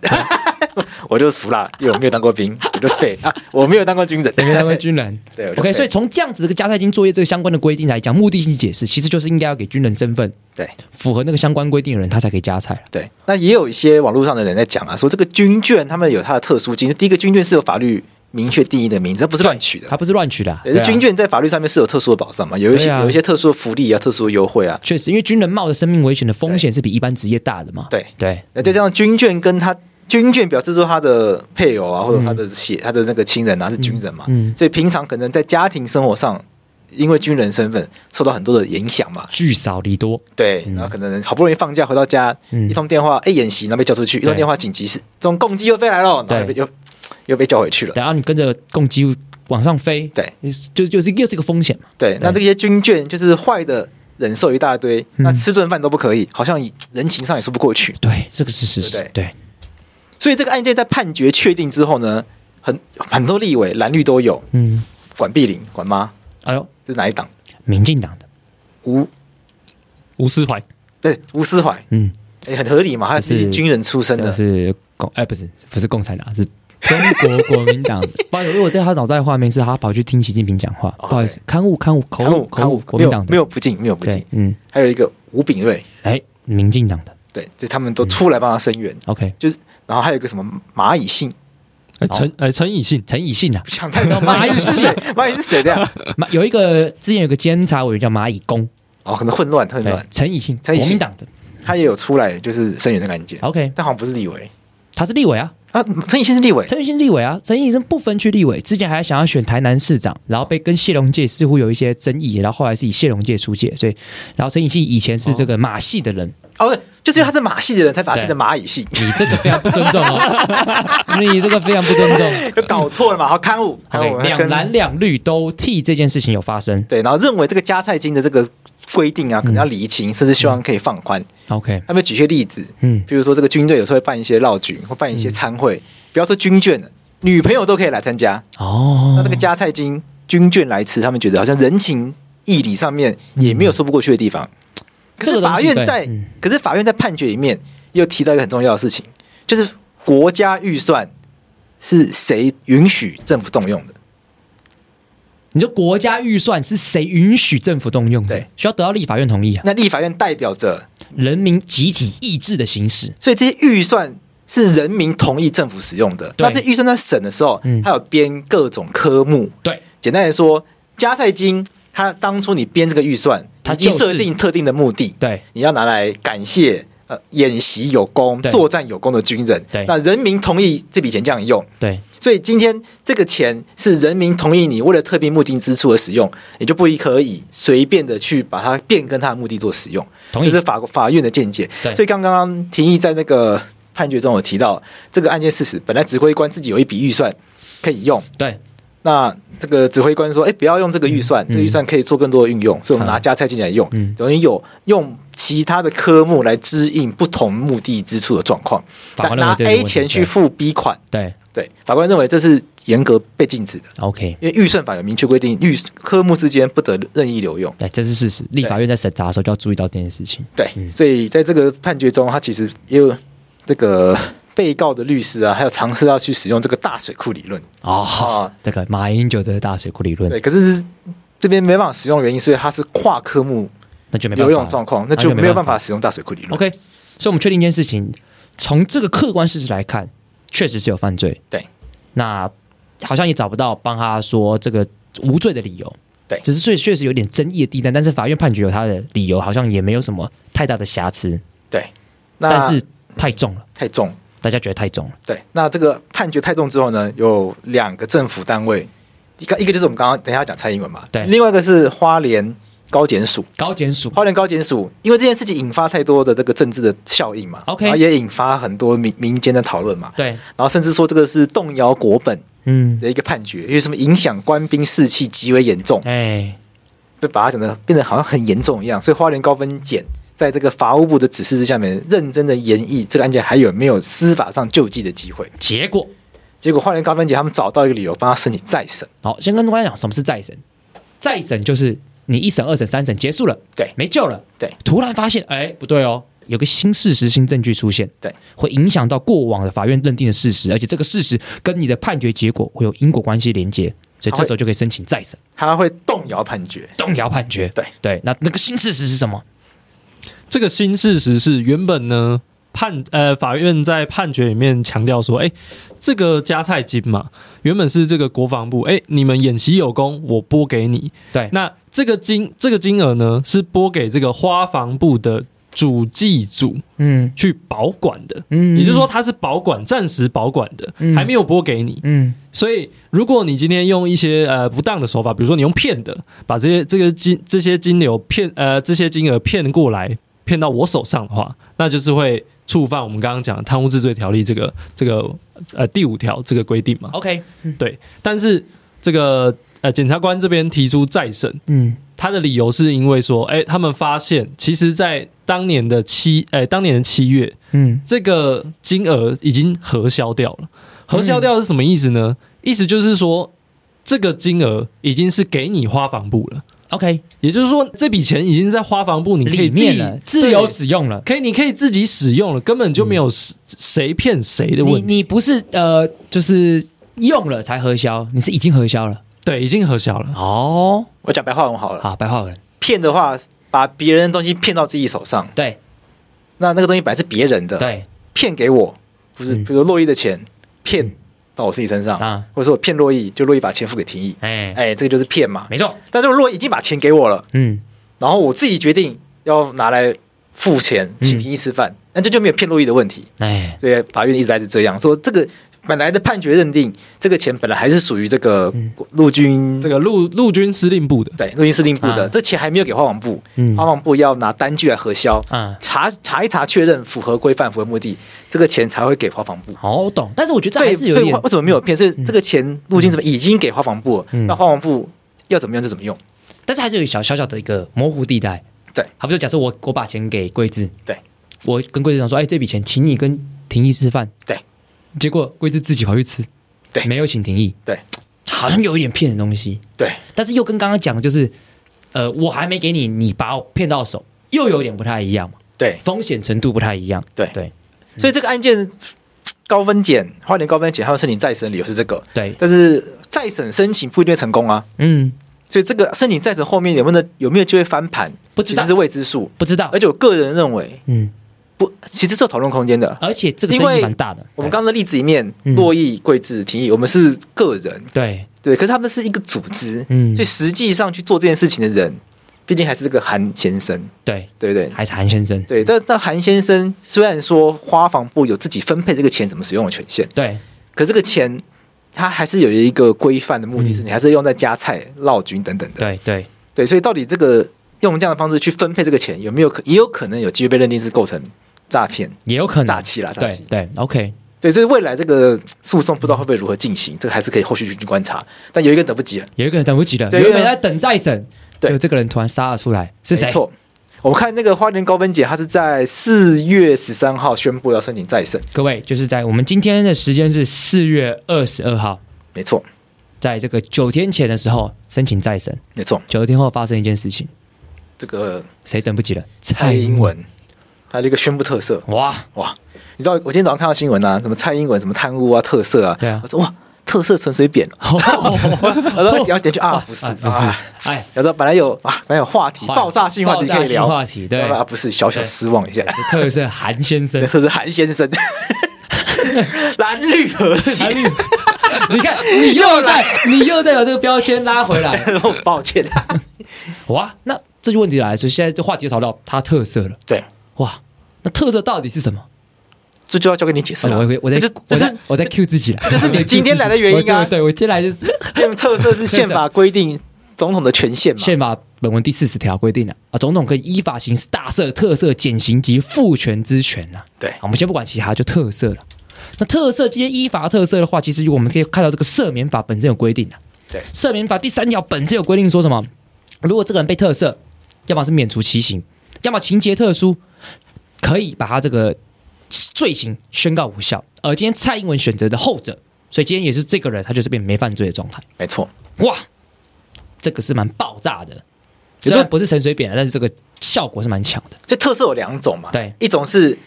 我就俗啦，因为我没有当过兵，我就废啊，我没有当过军人，
等于他们军人
对我就
，OK，
废
所以从这样子的一个加泰金作业这个相关的规定来讲，目的性解释其实就是应该要给军人身份
对。
符合那个相关规定的人，他才可以加菜了，
对，那也有一些网络上的人在讲啊，说这个军眷他们有它的特殊经，第一个军眷是有法律明确定义的名字，它不是乱取的。
他不是乱取的啊，
对，是
对啊
军眷在法律上面是有特殊的保障嘛，有一些、
对啊
有一些特殊的福利啊、特殊的优惠啊。
确实，因为军人冒着生命危险的风险是比一般职业大的嘛，
对
对
那再加上军眷跟他军眷表示说他的配偶啊，或者他的血、他的那个亲人啊是军人嘛，
嗯嗯嗯
所以平常可能在家庭生活上，因为军人身份受到很多的影响嘛。
聚少离多，
对，然后可能好不容易放假回到家，
嗯
一通电话，哎，演习，然后被叫出去；一通
对
电话紧急事，这种共机又飞来了，然后又
对
被又又被叫回去了。
然后你跟着共机往上飞，
对，
就就是又是一个风险嘛，
对，那这些军眷就是坏的，忍受一大堆，
嗯
那吃顿饭都不可以，好像人情上也说不过去。
对，这个是事实
对不，
对，
所以这个案件在判决确定之后呢，很很多立委蓝绿都有，
嗯，
管碧玲、管妈，
哎呦，
这是哪一党？
民进党的，
吴
吴思怀，
对吴思怀，
嗯，
哎，很合理嘛，他是
是
军人出身
这
的
个，是共，哎，不是，不是共产党，是中国国民 党的。不好意思，我对他脑袋的画面是他跑去听习近平讲话，
哦
不好意思，刊物刊物口
刊物
误
刊
口
物
误，国民
没有
党的
没有不敬，没有不敬
对，。嗯，
还有一个吴炳瑞，
哎，民进党的
对，这他
嗯
们都出来帮他声援，
，OK，
就是然后还有一个什么蚂蚁信，
哎陈哎陈以信，
陈以信啊，
不想太多， 蚂蚁是谁？ 蚂蚁是谁的啊呀？
蚂有一个之前有个监察委员叫蚂蚁工，
哦，很混乱，很
对
乱，，
陈以信，
陈以
国
信
民党的
他也有出来就是声援那个案件，
，OK，
但好像不是立委。
他是立委啊，
啊，陈以信是立委，
陈玉兴立委啊，陈玉兴不分区立委，之前还想要选台南市长，然后被跟谢龙介似乎有一些争议，然后后来是以谢龙介出界，所以，然后陈以信以前是这个马戏的人，
哦，对，就是因为他是马戏的人，才把他记得蚂蚁戏，
你这个非常不尊重哦， 你这个非常不尊重。
就 搞错了嘛。好，刊物，刊物
OK，两
跟
蓝两绿都替这件事情有发生。
对，然后认为这个加菜金的这个规定
嗯
啊，可能要厘清，甚至希望可以放宽。
OK，
他们举些例子，
嗯，
比如说这个军队有时候会办一些绕军，或办一些参会，不要说军眷了，女朋友都可以来参加。
哦，
那这个加菜金军眷来吃，他们觉得好像人情义理上面也没有说不过去的地方。可
嗯这
是
个东
法
西
院
对
在，
嗯
可是法院在判决里面又提到一个很重要的事情，就是国家预算是谁允许政府动用的？
你说国家预算是谁允许政府动用的？
对，
需要得到立法院同意啊，
那立法院代表着，
人民集体意志的行使。
所以这些预算。是人民同意政府使用的。
对
那这预算在审的时候
嗯，
它有编各种科目，
对，
简单来说，加赛金它当初你编这个预算，
它
以及
就是
设定特定的目的，
对，
你要拿来感谢呃演习有功、
对
作战有功的军人
对。
那人民同意这笔钱这样用，
对，
所以今天这个钱是人民同意你为了特定目的支出而使用，你就不可以随便的去把它变更它的目的做使用。
同
这
意
是。法法院的见解
对。
所以刚刚廷义在那个判决中有提到，这个案件事实本来指挥官自己有一笔预算可以用。
对，
那这个指挥官说：“哎、不要用这个预算，这个预算可以做更多的运用，所以我们拿加菜进来用，
嗯
等于有用其他的科目来支应不同目的支出的状况。
法官认为
拿
这个有
A
问题
钱去付 B 款，
对
对，法官认为这是严格被禁止的，
，OK，
因为预算法有明确规定，预科目之间不得任意流用。
对，这是事实。立法院在审查的时候就要注意到这件事情。
对，所以在这个判决中，他其实也有这个被告的律师啊，还有尝试要去使用这个大水库理论。”
哦
啊，
这个马英九的大水库理论
对，，可是这边没办法使用，原因所以它是跨科目
那就没办
游
法
泳状况，那就没有办法使用大水库理论。
OK，所以我们确定一件事情，从这个客观事实来看，确实是有犯罪。
对，
那好像也找不到帮他说这个无罪的理由。
对
只是确确实有点争议的地带，但是法院判决有他的理由，好像也没有什么太大的瑕疵，
对，那
但是太重了，
太重。
大家觉得太重了。
对，那这个判决太重之后呢，有两个政府单位，一个一个就是我们刚刚等一下讲蔡英文嘛，
对
另外一个是花莲高检署。
高检署
花莲高检署，因为这件事情引发太多的这个政治的效应嘛
OK
然后也引发很多民民间的讨论嘛，
对，
然后甚至说这个是动摇国本
嗯，
的一个判决，因为什么影响官兵士气极为严重，
哎，
被把它讲的变得好像很严重一样，所以花莲高分检在这个法务部的指示之下面，认真的研议这个案件还有没有司法上救济的机会。
结果
结果花莲高分检他们找到一个理由帮他申请再审，
好，先跟大家讲什么是再审。再审就是你一审、二审、三审结束了，
对
没救了，
对，
突然发现，哎，不对哦，有个新事实、新证据出现，
对，
会影响到过往的法院认定的事实，而且这个事实跟你的判决结果会有因果关系连接，所以这时候就可以申请再审，
他会动摇判决。
动摇判决。
对
对，那那个新事实是什么？
这个新事实是，原本呢判呃法院在判决里面强调说，哎、这个加菜金嘛，原本是这个国防部，哎、你们演习有功，我拨给你。
对
那这个金这个金额呢，是拨给这个花防部的主计组
嗯
去保管的。
嗯
也就是说，，它是保管，暂时保管的，
嗯
还没有拨给你。
嗯，
所以，如果你今天用一些呃不当的手法，比如说你用骗的，把这些这个金这些金流骗呃这些金额骗过来，骗到我手上的话，那就是会触犯我们刚刚讲的贪污治罪条例这个这个呃第五条这个规定嘛。
OK，
但是这个呃检察官这边提出再审，
嗯
他的理由是因为说，哎、他们发现其实在当年的七哎、当年的七月，
嗯，
这个金额已经核销掉了。核销掉是什么意思呢？意思就是说，这个金额已经是给你花房部了，
OK，
也就是说，这笔钱已经在花房部，你可
里
以自己
面了，自由
对
使用了。
可以，你可以自己使用了，根本就没有谁谁骗谁的
你
问题。
你不是呃，就是用了才核销，你是已经核销了
对，已经核销了。
哦。
我讲白话文好了，
好，白话文，
骗的话把别人的东西骗到自己手上，
对
那那个东西本来是别人的，
对，
骗给我，不是，
嗯
比如说洛伊的钱骗到我自己身上
啊，
或者说我骗洛伊，就洛伊把钱付给廷义，
哎，
哎，这个就是骗嘛。
没错，
但是如果洛伊已经把钱给我了。
嗯，
然后我自己决定要拿来付钱
嗯
请平一吃饭，那这就没有骗路易的问题。
哎，
所以法院一直还是这样说，这个本来的判决认定，这个钱本来还是属于这个
嗯
陆军
这个陆陆军司令部的，
对陆军司令部的，
啊
这钱还没有给花王部，
嗯
花王部要拿单据来核销，
啊，
查查一查确认符合规范符合目的，这个钱才会给花房部。
好我懂，但是我觉得这
对，
还是有
所
一
以
点
为什么没有骗？是这个钱陆军怎么已经给花房部了，
嗯
那花房部要怎么用就怎么用。
但是还是有小小小的一个模糊地带。
对，
好比说，假设我我把钱给桂枝，
对，
我跟桂枝讲说，哎，这笔钱请你跟廷义吃饭，
对，
结果桂枝自己跑去吃，
对
没有请廷义，
对，
好像有一点骗的东西，
对，
但是又跟刚刚讲的就是，呃，我还没给你，你把我骗到手，又有点不太一样嘛，
对，
风险程度不太一样，
对
对
所以这个案件高分检，花莲高分检，他们申请再审理由是这个，
对，
但是再审申请不一定会成功啊。
嗯，
所以这个申请再审后面有没有有没有机会翻盘，
不知
其
道
实是未知数。
不知道
而，且我个人认为，
嗯，
不，其实是有讨论空间的。
而且这个
因
争
为
议蛮大的，
我们刚刚的例子里面
嗯，
洛邑、桂智、廷义，我们是个人，
对，
对，可是他们是一个组织，
嗯
所以实际上去做这件事情的人，毕竟还是这个韩先生，
对，
对不对？
还是韩先生，
对，但但韩先生虽然说花房部有自己分配这个钱怎么使用的权限，
对，
可这个钱它还是有一个规范的目的，是你还是用在加菜、绕军等等
嗯
的。
对，对，
对，所以到底这个用这样的方式去分配这个钱，有没有可也有可能有机会被认定是构成诈骗、
也有可能
诈欺啦、诈
对
欺。
对，OK，
对，所以未来这个诉讼不知道会不会如何进行，这个还是可以后续去观察。但有一个等不及了，
有一个人等不及了，
对
原
因
本
为
在等再审，
对
就这个人突然杀了出来，是谁
没？错，我看那个花莲高分姐，她是在四月十三号宣布要申请再审，
各位，就是在我们今天的时间是四月二十二号，
没错，
在这个九天前的时候申请再审，
没错，
九天后发生一件事情，
这个
谁等不及了？
蔡英文，啊她这个宣布特色，
哇，
哇！你知道我今天早上看到新闻啊，什么蔡英文什么贪污啊、特色啊，
对啊哦
我说哇，特色纯 粹扁了， 我说要点去啊，不是
啊不是
啊，
哎，
有时候本来有啊，本来有话题，
话
爆炸性话题可以聊，
爆炸性话题对
啊，不是小小失望一下，
特色韩先生
这，是韩先 生，蓝绿和
韩
解，
律你看，你 又在，你又在把这个标签拉回来，
哦 抱歉，
哇，那这就问题来了，所以现在这话题就讨论到他特色了，
对，
哇，那特色到底是什么？
这就要交给你解释
好了，
了，
哦我我我在
啊这就
我
这
在
是
我在 Q 自己了，
这是你今天来的原因啊
我对，对我今天来就是
因为特色是宪法规定总统的权限 嘛，
宪法本文第四十条规定的啊，总统可以依法行使大赦、特赦、减刑及复权之权呐、
对
好我们先不管其他，就特赦了。那特赦今天依法特赦的话，其实我们可以看到这个赦免法本身有规定的、啊
对
赦免法第三条本身有规定说什么？如果这个人被特赦，要么是免除其刑，要么情节特殊，可以把他这个罪行宣告无效。而今天蔡英文选择的后者，所以今天也是这个人他就是变没犯罪的状态。
没错，
哇，这个是蛮爆炸的。
有
虽
时候
然不是陈水扁，啊但是这个效果是蛮强的。
这特色有两种嘛，
对
一种是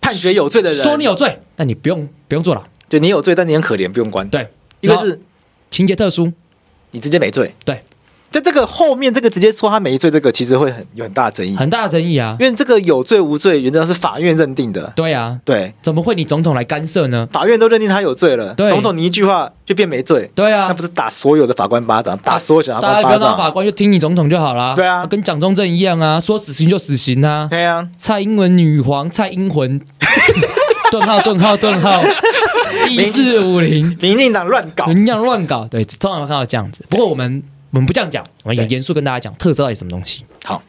判决有罪的人，
说你有罪，那你不用不用坐牢。
对你有罪，但你很可怜，不用关，
对，
一个是
情节特殊，
你直接没罪，
对，
在这个后面这个直接说他没罪，这个其实会很有很大的争议，
很大的争议啊。
因为这个有罪无罪原则上是法院认定的，
对啊，
对，
怎么会你总统来干涉呢？
法院都认定他有罪了，
对
总统你一句话就变没罪，
对啊
那，不是打所有的法官巴掌，打所有检察
大家
官
不
巴
要当法
掌，
官，就听你总统就好啦。
对啊
跟蒋中正一样啊，说死刑就死刑啊。
对呀，
蔡英文女皇，蔡英 魂，顿号顿号顿号，一四五零。
民进党乱搞，
人家乱搞，对，通常会看到这样子。不过我们我们不这样讲，我们也
对
严肃跟大家讲特色到底是什么东西。
好，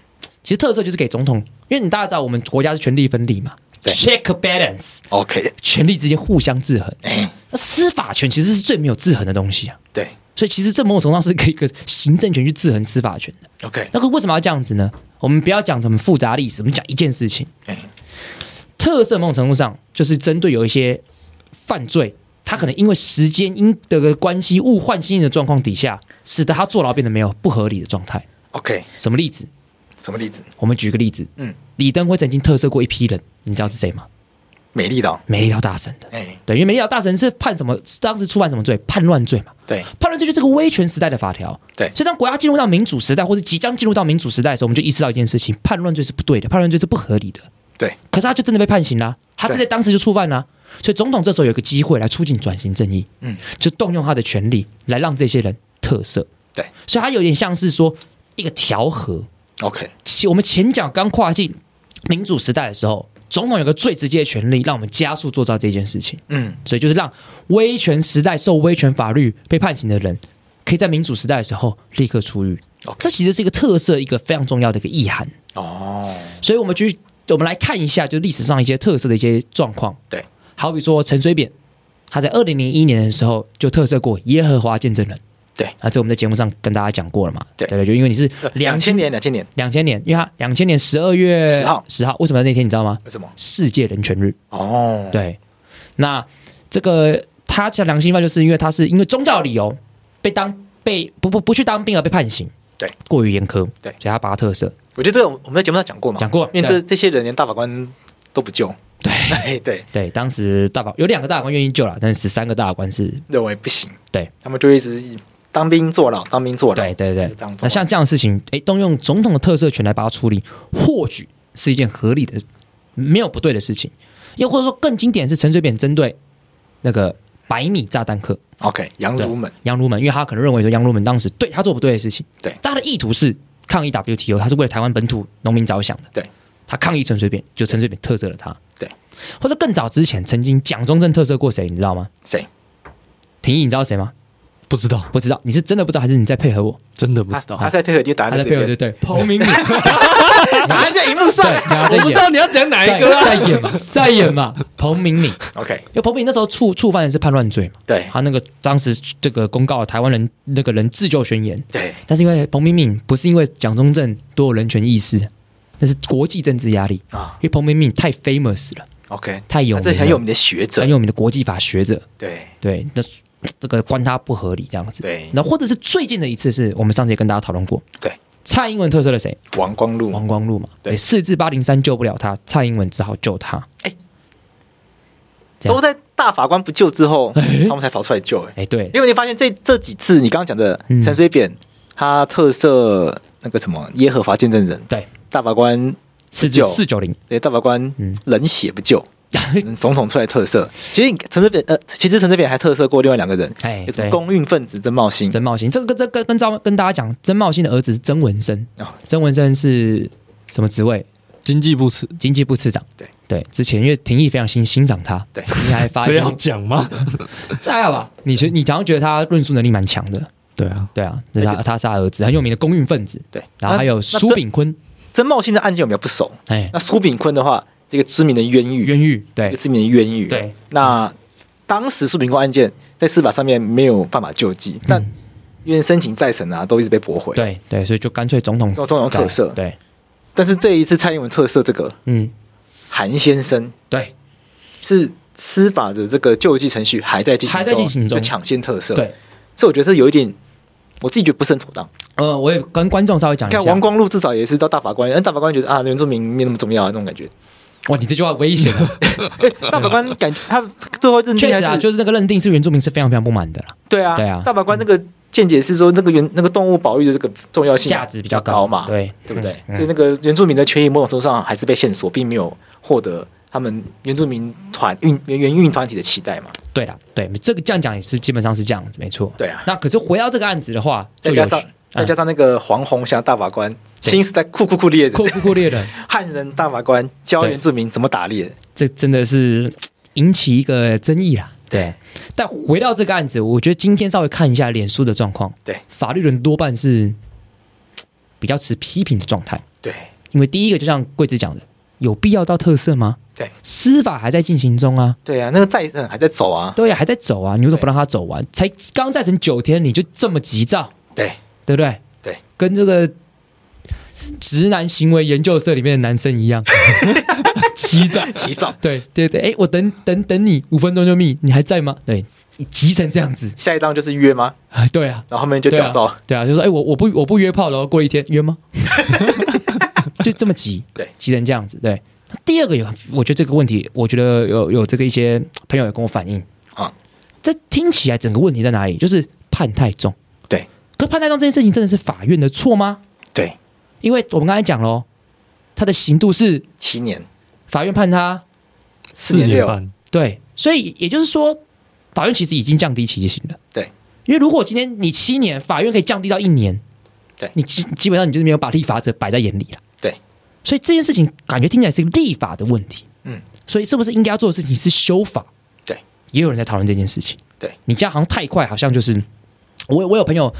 其实特色就是给总统，因为你大家知道我们国家是权力分立嘛
对
，check balance，
，OK，
权力之间互相制衡。
哎，
那司法权其实是最没有制衡的东西啊，
对
所以其实这某种程度上是给一个行政权去制衡司法权的。
，OK，
那个为什么要这样子呢？我们不要讲什么复杂历史，我们讲一件事情。
哎，
特色某种程度上就是针对有一些犯罪，他可能因为时间因的关系物换星移的状况底下，使得他坐牢变得没有不合理的状态。
OK，
什么例子？
什么例子？
我们举个例子，
嗯，
李登辉曾经特赦过一批人，你知道是谁吗？
美丽岛，
美丽岛大神的。
哎，
对，因为美丽岛大神是判什么？当时触犯什么罪？叛乱罪嘛。
对
叛乱罪就是这个威权时代的法条。
对
所以当国家进入到民主时代，或是即将进入到民主时代的时候，我们就意识到一件事情：叛乱罪是不对的，叛乱罪是不合理的。
对，
可是他就真的被判刑啦、他真的
对
当时就触犯啦、所以总统这时候有一个机会来促进转型正义，
嗯，
就动用他的权力来让这些人特赦。
对，
所以他有点像是说一个调和。
，OK，
其我们前脚刚跨进民主时代的时候，总统有个最直接的权利，让我们加速做到这件事情。
嗯，
所以就是让威权时代受威权法律被判刑的人，可以在民主时代的时候立刻出狱。
OK
这其实是一个特色，一个非常重要的一个意涵。
哦，
所以我们去，我们来看一下，就历史上一些特色的一些状况。
对，
好比说陈水扁，他在二零零一年的时候就特色过耶和华见证人。
对
啊，这我们在节目上跟大家讲过了嘛。
对
对，就因为你是
两千
年，
年，两千年，
两千年，因为他两千年十二月
10号
十号，为什么那天你知道吗？
为什么？
世界人权日。
哦，
对，那这个他讲良心犯，就是因为他是因为宗教理由被当被不不不去当兵而被判刑，
对，
过于严苛，
对
所以他把他特色
我觉得这个我们在节目上讲过嘛，
讲过，
因为
对
这这些人连大法官都不救， 对对，
对，当时大法有两个大法官愿意救了，但是十三个大法官是，
认为不行，
对
他们就一直当兵坐牢，当兵坐牢，
对对对
就这样做
那像这样的事情，哎，动用总统的特色权来把它处理，或许是一件合理的，没有不对的事情，又或者说更经典的是陈水扁针对那个百米炸弹客，
OK，羊
对
儒们，
杨儒门，因为他可能认为说杨儒门当时对他做不对的事情，
对
但他的意图是抗议 WTO，他是为了台湾本土农民着想的，
对，
他抗议陈水扁，就陈水扁特赦了他，
对，
或者更早之前曾经蒋中正特赦过谁，你知道吗？
谁？
廷义，你知道谁吗？
不知道，
不知道，你是真的不知道还是你在配合我？
真的不
他
知道。
他在推特就打
啊
他
在
在
这
配合
边
对，对，彭 明敏，
答案在荧幕上
对，然后
我
在
不知
演，
道你要讲哪
在
一个啊，
在演嘛，在演嘛，彭明敏，
，OK，
因为彭明敏那时候触触犯的是叛乱罪嘛，
对
他那个当时这个公告台湾人那个人自救宣言，
对，
但是因为彭明敏不是因为蒋中正多有人权意识，那是国际政治压力
啊
因为彭明敏太 famous 了，
，OK，
太有
他
名
是
了，
很有名的学者
很，有名的国际法学者，
对
对，那这个关他不合理这样子。
对，
那或者是最近的一次是我们上次也跟大家讨论过，
对，
蔡英文特色了谁？
王光禄，
王光禄嘛，
对
对，四至八零三救不了他，蔡英文只好救他。这样
都在大法官不救之 后，他们才跑出来救，哎，
哎，对，
因为你发现这这几次你刚刚讲的
嗯
陈水扁，他特色那个什么耶和华见证人，
对，
大法官
四至
救
四九零，
对大法官
嗯
冷血不救，总统出来特色。其实陈水扁呃，其实陈水扁还特色过另外两个人，
哎
有什么
对
公运分子曾茂兴
曾茂兴，这个这个跟跟跟大家讲，曾茂兴的儿子是曾文生
啊，
曾文生是什么职位？
经济部吃，
经济部次长，
对
对，之前因为廷义非常欣欣赏他，
对
你还发
这
言
要，讲吗？
这还好吧？你觉你好像觉得他论述能力蛮强的，
对啊，
对啊，那是他他是他儿子，很有名的公运分子，
对，
然后还有
哎啊那
苏，炳坤，
那曾曾茂兴的案件我们比较不熟。
哎，
那苏炳坤的话，这个知名的冤狱，
冤狱，
一
对
个知名的冤狱。，
对，
那当时苏炳坤案件在司法上面没有办法救济，但因为申请再审啊，都一直被驳回。，
嗯对对，所以就干脆总统
总统有特色
对，
但是这一次蔡英文特色这个
嗯，
韩先生
对
是司法的这个救济程序还在进行中，
还在进行中
就抢先特色。
对，
所以我觉得这有一点，我自己觉得不是很妥当。
呃，我也跟观众稍微讲一
你
下，
看王光禄至少也是到大法官，但大法官觉得啊，原住民没那么重要啊那种感 觉。
哇，你这句话危险 了，
哎，大法官感觉他最后认定
确
还
实啊，
是
就是那个认定是原住民是非常非常不满的啦，
对啊，
对啊
大法官那个见解是说那个原那个动物保育的这个重要性
价值比较
高嘛，
对
对不对？
嗯
所以那个原住民的权益某种程度上还是被限缩，并没有获得他们原住民团运原原运团体的期待嘛。
对啦，对，这个这样讲也是基本上是这样子，没错。
对啊，
那可是回到这个案子的话，
再
就
加
有
上
趣
再加上那个黄宏霞大法官，
对
新时代酷酷酷猎人
酷，不酷烈的，
汉人大法官教
对
原住民怎么打猎，
这真的是引起一个争议啦。
对，
但回到这个案子，我觉得今天稍微看一下脸书的状况，
对，
法律人多半是比较持批评的状态，
对
因为第一个就像贵子讲的，有必要到特色吗？
对，
司法还在进行中啊，
对啊，那个再审还在走啊，
对啊，还在走啊，你为什么不让他走完？才刚再审九天，你就这么急躁，
对
对不对？
对，
跟这个直男行为研究社里面的男生一样， 急躁。
急躁。
对对对，哎，我等等等你五分钟就密，你还在吗？对，你急成这样子，
下一章就是约吗？
哎，对啊，
然后后面就屌照，
对啊，就说哎，我我不我不约炮了哦，过一天约吗？ 就这么急，
对
急成这样子，对。第二个有，我觉得这个问题，我觉得有有这个一些朋友也跟我反映
啊，
这听起来整个问题在哪里？就是判太重，
对。
可判太重这件事情真的是法院的错吗？
对，
因为我们刚才讲喽，他的刑度是
七年，
法院判他
四年六，
半，
对，所以也就是说，法院其实已经降低期刑了。
对，
因为如果今天你七年，法院可以降低到一年，
对
你基基本上你就是没有把立法者摆在眼里了。
对，
所以这件事情感觉听起来是立法的问题，所以是不是应该要做的事情是修法？
嗯对，
也有人在讨论这件事情。
对
你这样好像太快，好像就是我我有朋友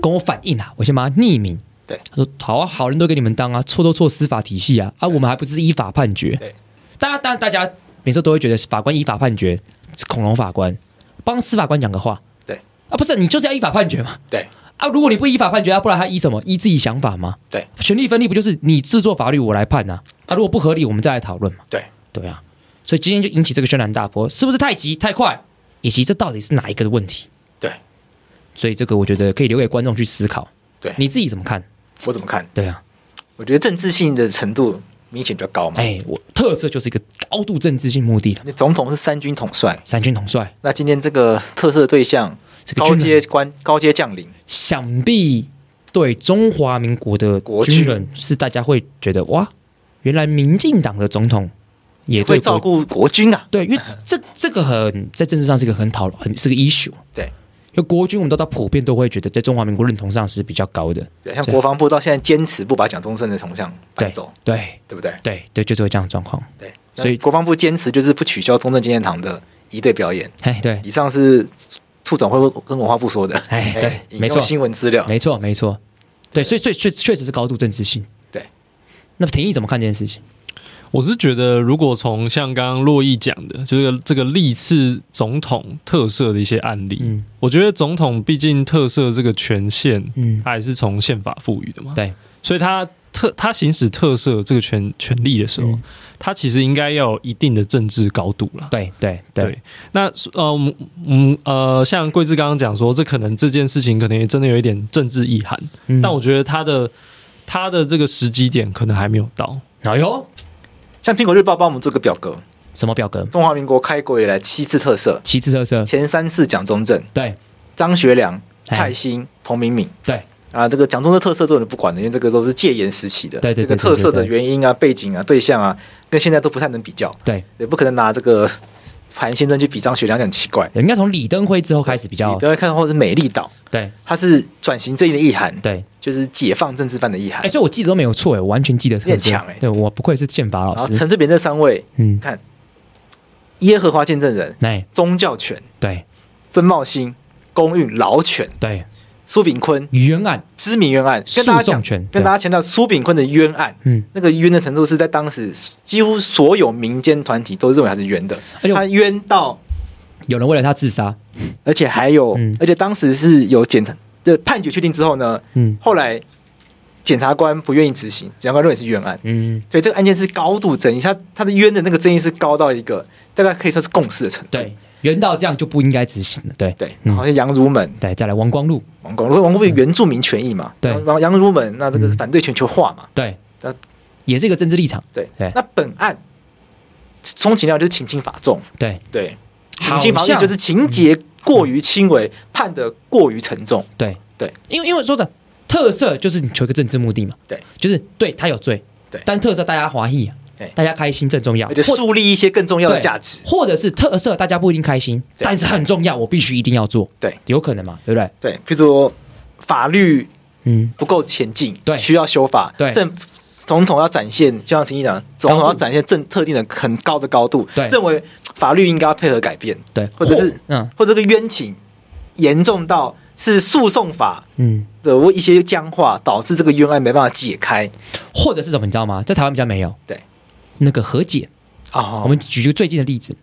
跟我反映啊，我先把他匿名。
对，
他说好啊，好人都给你们当啊，错都错司法体系啊，啊，我们还不是依法判决？
对，
大家当然大家每次都会觉得法官依法判决，恐龙法官帮司法官讲个话。
对，
啊，不是你就是要依法判决嘛？
对
啊，如果你不依法判决，啊、不然他依什么？依自己想法吗？
对，
权力分立不就是你制作法律，我来判呐、啊？啊，如果不合理，我们再来讨论嘛。
对，
对啊，所以今天就引起这个轩然大波，是不是太急太快，以及这到底是哪一个的问题？
对，
所以这个我觉得可以留给观众去思考。
对
你自己怎么看？
我怎么看？
对啊，
我觉得政治性的程度明显比较高嘛。
哎，我特色就是一个高度政治性目的的
那总统是三军统帅，
三军统帅，
那今天这个特色对象，
这个
高
军人
阶官、高阶将领，
想必对中华民国的
国
军
军
人是大家会觉得哇，原来民进党的总统也哎对
会
国
照顾国军啊。
对，因为这这这个很在政治上是一个很讨论，很是个 issue。
对，
因为国军我们都到普遍都会觉得在中华民国认同上是比较高的。
对，像国防部到现在坚持不把蒋中正的铜像
对
搬走，
对
对不对？
对对，就是会这样的状况。
对，
所以
那国防部坚持就是不取消中正纪念堂的一队表演。
哎，对，
以上是处总会跟文化部说的，
哎对
引
没
用
错哎
新闻资料。
没错没错，对，所以所以确确实是高度政治性。
对，
那廷义怎么看这件事情？
我是觉得，如果从像刚刚洛毅讲的，就是这个历次总统特色的一些案例，
嗯
我觉得总统毕竟特色这个权限，
嗯，
它还是从宪法赋予的嘛，
对，
所以他特他行使特色这个权权利的时候，
嗯
他其实应该要有一定的政治高度啦。
对对对
对，那呃，我们嗯呃，像桂枝刚刚讲说，这可能这件事情可能也真的有一点政治意涵，
嗯
但我觉得他的他的这个时机点可能还没有到。
哎呦，
像苹果日报帮我们做个表格，
什么表格？
中华民国开国以来七次特色，
旗帜特色，
前三次蒋中正、
对
张学良、
哎
蔡兴、彭明敏。
对
啊，这个蒋中正特色这种不管的，因为这个都是戒严时期的，
对对对
这个特色的
对
原因啊、背景啊、对象啊，跟现在都不太能比较，
对，
也不可能拿这个韩先生去比张学良，很奇怪。
应该从李登辉之后开始比
你
较
都会看或者是美丽岛，
对
它是转型正义的意涵，
对。
就是解放政治犯的意涵
哎，。所以我记得都没有错哎，我完全记得特
你很
色
强哎
对我不愧是宪法
然后
老师。
陈水扁这三位，
嗯
你，看耶和华见证人、
哎，
宗教犬、
对
曾茂兴、公运、老犬、
对，
苏炳坤
冤案，
知名冤案，跟大家
诉讼
讲
权，对
跟大家强调苏炳坤的冤案。
嗯，
那个冤的程度是在当时几乎所有民间团体都认为他是冤的，
而且我
他冤到，
哎有人为了他自杀，
而且还有，
嗯
而且当时是有检察的判决确定之后呢，
嗯
后来检察官不愿意执行，检察官认为是冤案，
嗯，
所以这个案件是高度争议，他他的冤的那个争议是高到一个大概可以说是共识的程度。
对，人到这样就不应该执行了，对
对，
嗯
然后像杨儒门、
对，再来王光禄，
王光，如果王光被原住民权益嘛，
对嗯
然后杨儒门那这个是反对全球化嘛，
对
呃，
也是一个政治立场，
对，
对
那本案充其量就是情轻法重，
对
对，
好
情轻法重
像
就是情节过于轻微，判得过于沉重，
对
对，
因为因为说的特色就是你求一个政治目的嘛，
对，
就是对他有罪，
对
但特色大家华裔啊
对，
大家开心正重要，
而且
或
树立一些更重要的
对
价值。
或者是特色大家不一定开心，
对
但是很重要，我必须一定要做，
对，
有可能嘛，对不对？
对，譬如说法律
嗯，
不够前进，
对
需要修法，
对
政总统要展现，就像听你讲，总统
高
要
度
展现政特定的很高的高度，
对
认为法律应该要配合改变，
对，
或者是
嗯
或者这个冤情严重到是诉讼法
嗯，
的一些僵化，导致这个冤案没办法解开。
或者是什么，你知道吗？在台湾比较没有，
对，
那个和解，
哦
我们举一个最近的例子，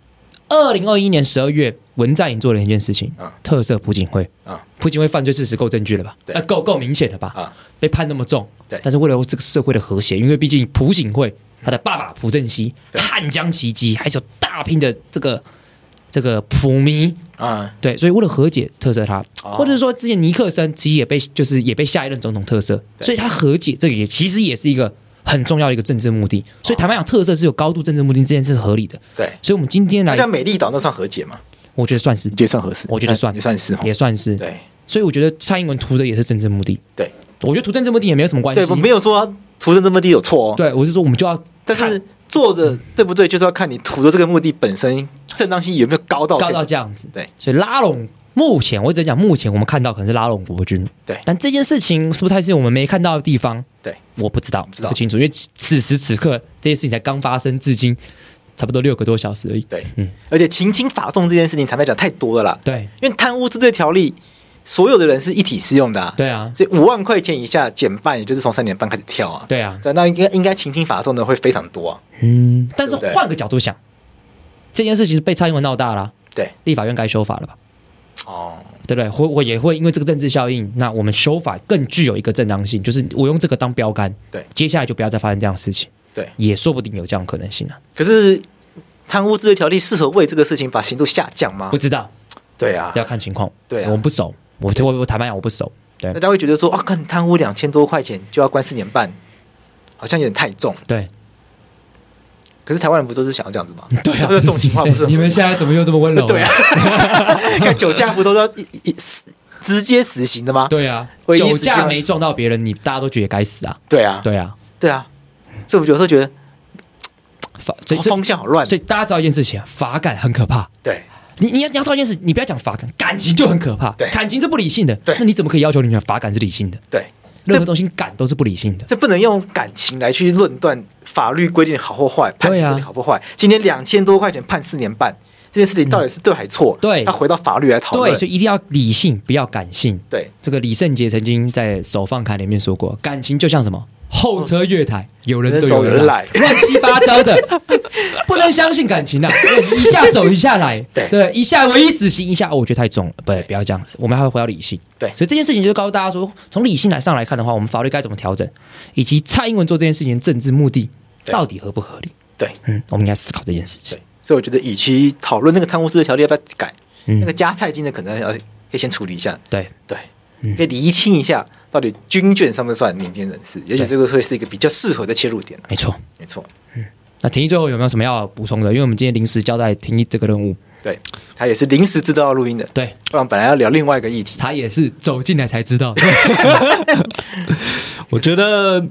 二零二一年十二月，文在寅做了一件事情，
啊
特色朴槿惠
啊，
朴槿惠犯罪事实够证据了吧？
对
呃，够够明显了吧？
啊，
被判那么重，
对嗯
但是为了这个社会的和谐，因为毕竟朴槿惠他的爸爸朴正熙
对
汉江袭击，还是有大批的这个这个朴迷。
啊，
对，所以为了和解，特赦他，
哦
或者说之前尼克森其实也被就是也被下一任总统特赦，
对
所以他和解这个也其实也是一个很重要的一个政治目的。所以坦白讲，特赦是有高度政治目的，这件事是合理的。
对，
所以我们今天
那
来，
像美丽岛那算和解吗？
我觉得算是
你觉得算合适？
我觉得算
也算是哈。哦
也算是。
对
所以我觉得蔡英文图的也是政治目的。
对，
我觉得图政治目的也没有什么关系
对，。我没有说涂成这么低有错哦，
对，我是说我们就要
但是做的对不对，就是要看你涂的这个目的本身正当性有没有高到
高到这样子。
哦对，
所以拉拢目前我只能讲，目前我们看到可能是拉拢国军。
对
但这件事情是不是还是我们没看到的地方？
对，
我不知道，
知道
不清楚，因为此时此刻这件事情才刚发生，至今差不多六个多小时而已。
对，
嗯
而且情轻法重这件事情，坦白讲太多了啦，
对
因为贪污治罪条例所有的人是一体适用的、啊，
对啊，
所以五万块钱以下减半，也就是从三点半开始跳啊。
对啊，
对，那应该应该情轻法重的会非常多啊。
嗯。但是
对不对
换个角度想，这件事情被蔡英文闹大了，
对，
立法院该修法了吧？
哦，
对不对？会我也会因为这个政治效应，那我们修法更具有一个正当性，就是我用这个当标杆，
对，
接下来就不要再发生这样的事情，
对
也说不定有这样的可能性啊，
可是贪污治罪条例适合为这个事情把刑度下降吗
不？知道
对啊，
要看情况，
对啊
我们不熟，我我我坦白讲我不熟，对
大家会觉得说，哦，看贪污两千多块钱就要关四年半，好像有点太重。
对
可是台湾人不都是想要这样子 吗？对、啊这个重刑化不是
哎
很
你们现在怎么又这么温柔、
对啊， 看酒驾不都要一一一死直接死刑 的吗？
对啊，
唯一
酒
死刑
驾没撞到别人，你大家都觉得该死啊，
对啊，
对啊，
对啊，所以我有时候觉得哦
法所以所
方向好乱
以。所以大家知道一件事情啊，法感很可怕。
对
你你要你要知道一件事，你不要讲法感，感情就很可怕。
对
感情是不理性的。
对
那你怎么可以要求你的法感是理性的？
对，
任何东西感都是不理性的。
这不能用感情来去论断法律规定好或坏，判决
对啊
规定好或坏。今天两千多块钱判四年半，这件事情到底是对还错？
对
要回到法律来讨
对，
论。
所以一定要理性，不要感性。
对，
这个李圣杰曾经在《手放开》里面说过，感情就像什么候车月台，有人走有
嗯有
人
人
来
来，
乱七八糟的， 不能相信感情呐、一下走一下来，
对
一下唯一死刑，一下、哦我觉得太重了，不不要这样子，我们还会回到理性。
对
所以这件事情就告诉大家说，从理性来上来看的话，我们法律该怎么调整，以及蔡英文做这件事情的政治目的
对
到底合不合理？
对
嗯，我们应该思考这件事情
对。，所以我觉得，与其讨论那个贪污治罪条例要不要改，
嗯
那个加菜金的可能要可以先处理一下。
对，
对，
嗯
可以厘清一下到底军眷算不算民间人士，也许这个会是一个比较适合的切入点、啊、
没错。
没错，
那婷一最后有没有什么要补充的？因为我们今天临时交代婷一这个任务，
对他也是临时知道要录音的，
对
不然本来要聊另外一个议题。
他也是走进来才知 道。
我觉得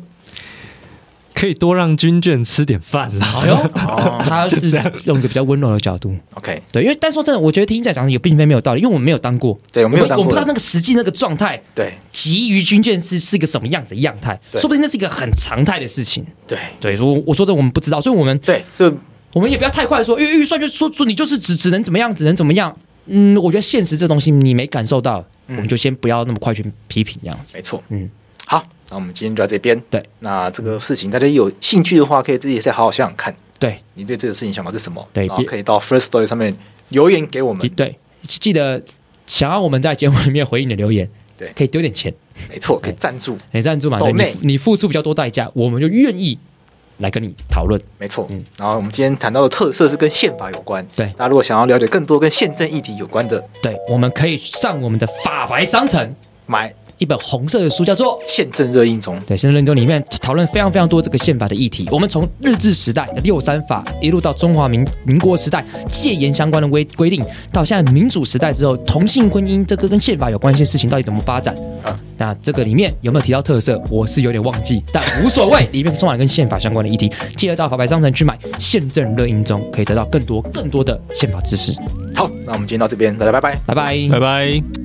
可以多让军眷吃点饭啦。
哎呦，
哦
他是用一个比较温柔的角度，
OK，
对，因为但说真的，我觉得听在讲的也并非没有道理，因为我们没有当过，
对我没有当
我
过
们不知道那个实际那个状态，
对
急于军舰是是一个什么样子的样态，
对
说不定那是一个很常态的事情。
对
对，所以我我说这我们不知道，所以我们
对，这
我们也不要太快地说，因哎为预算就说说你就是只只能怎么样，只能怎么样。嗯，我觉得现实这东西你没感受到，我们就先不要那么快去批评这样子。
没错。
嗯，
好，那我们今天就到这边。
对，
那这个事情大家有兴趣的话，可以自己再好好想想看，
对，
你对这个事情想法是什么？
对
然后
别
可以到 First Story 上面留言给我
记
们。
对，记得想要我们在节目里面回应你的留言，
对
可以丢点钱。
没错，可以赞助。
你哎赞助嘛，对
抖
你
内
付你付出比较多代价，我们就愿意来跟你讨论。
没错，然后我们今天谈到的特色是跟宪法有关。
对
大家如果想要了解更多跟宪政议题有关的，
对，我们可以上我们的法白商城，
买
一本红色的书叫做。
宪政热映中。
对，现在论中里面讨论非常非常多这个宪法的议题。我们从日治时代的六三法，一路到中华民民国时代戒严相关的规规定，到现在民主时代之后，同性婚姻这个跟宪法有关系的事情到底怎么发展？
啊
那这个里面有没有提到特色？我是有点忘记，但无所谓，里面充满了跟宪法相关的议题。记得到法白商城去买《宪政热映中》，可以得到更多更多的宪法知识。
好，那我们今天到这边，大家拜拜。
拜拜。
拜拜。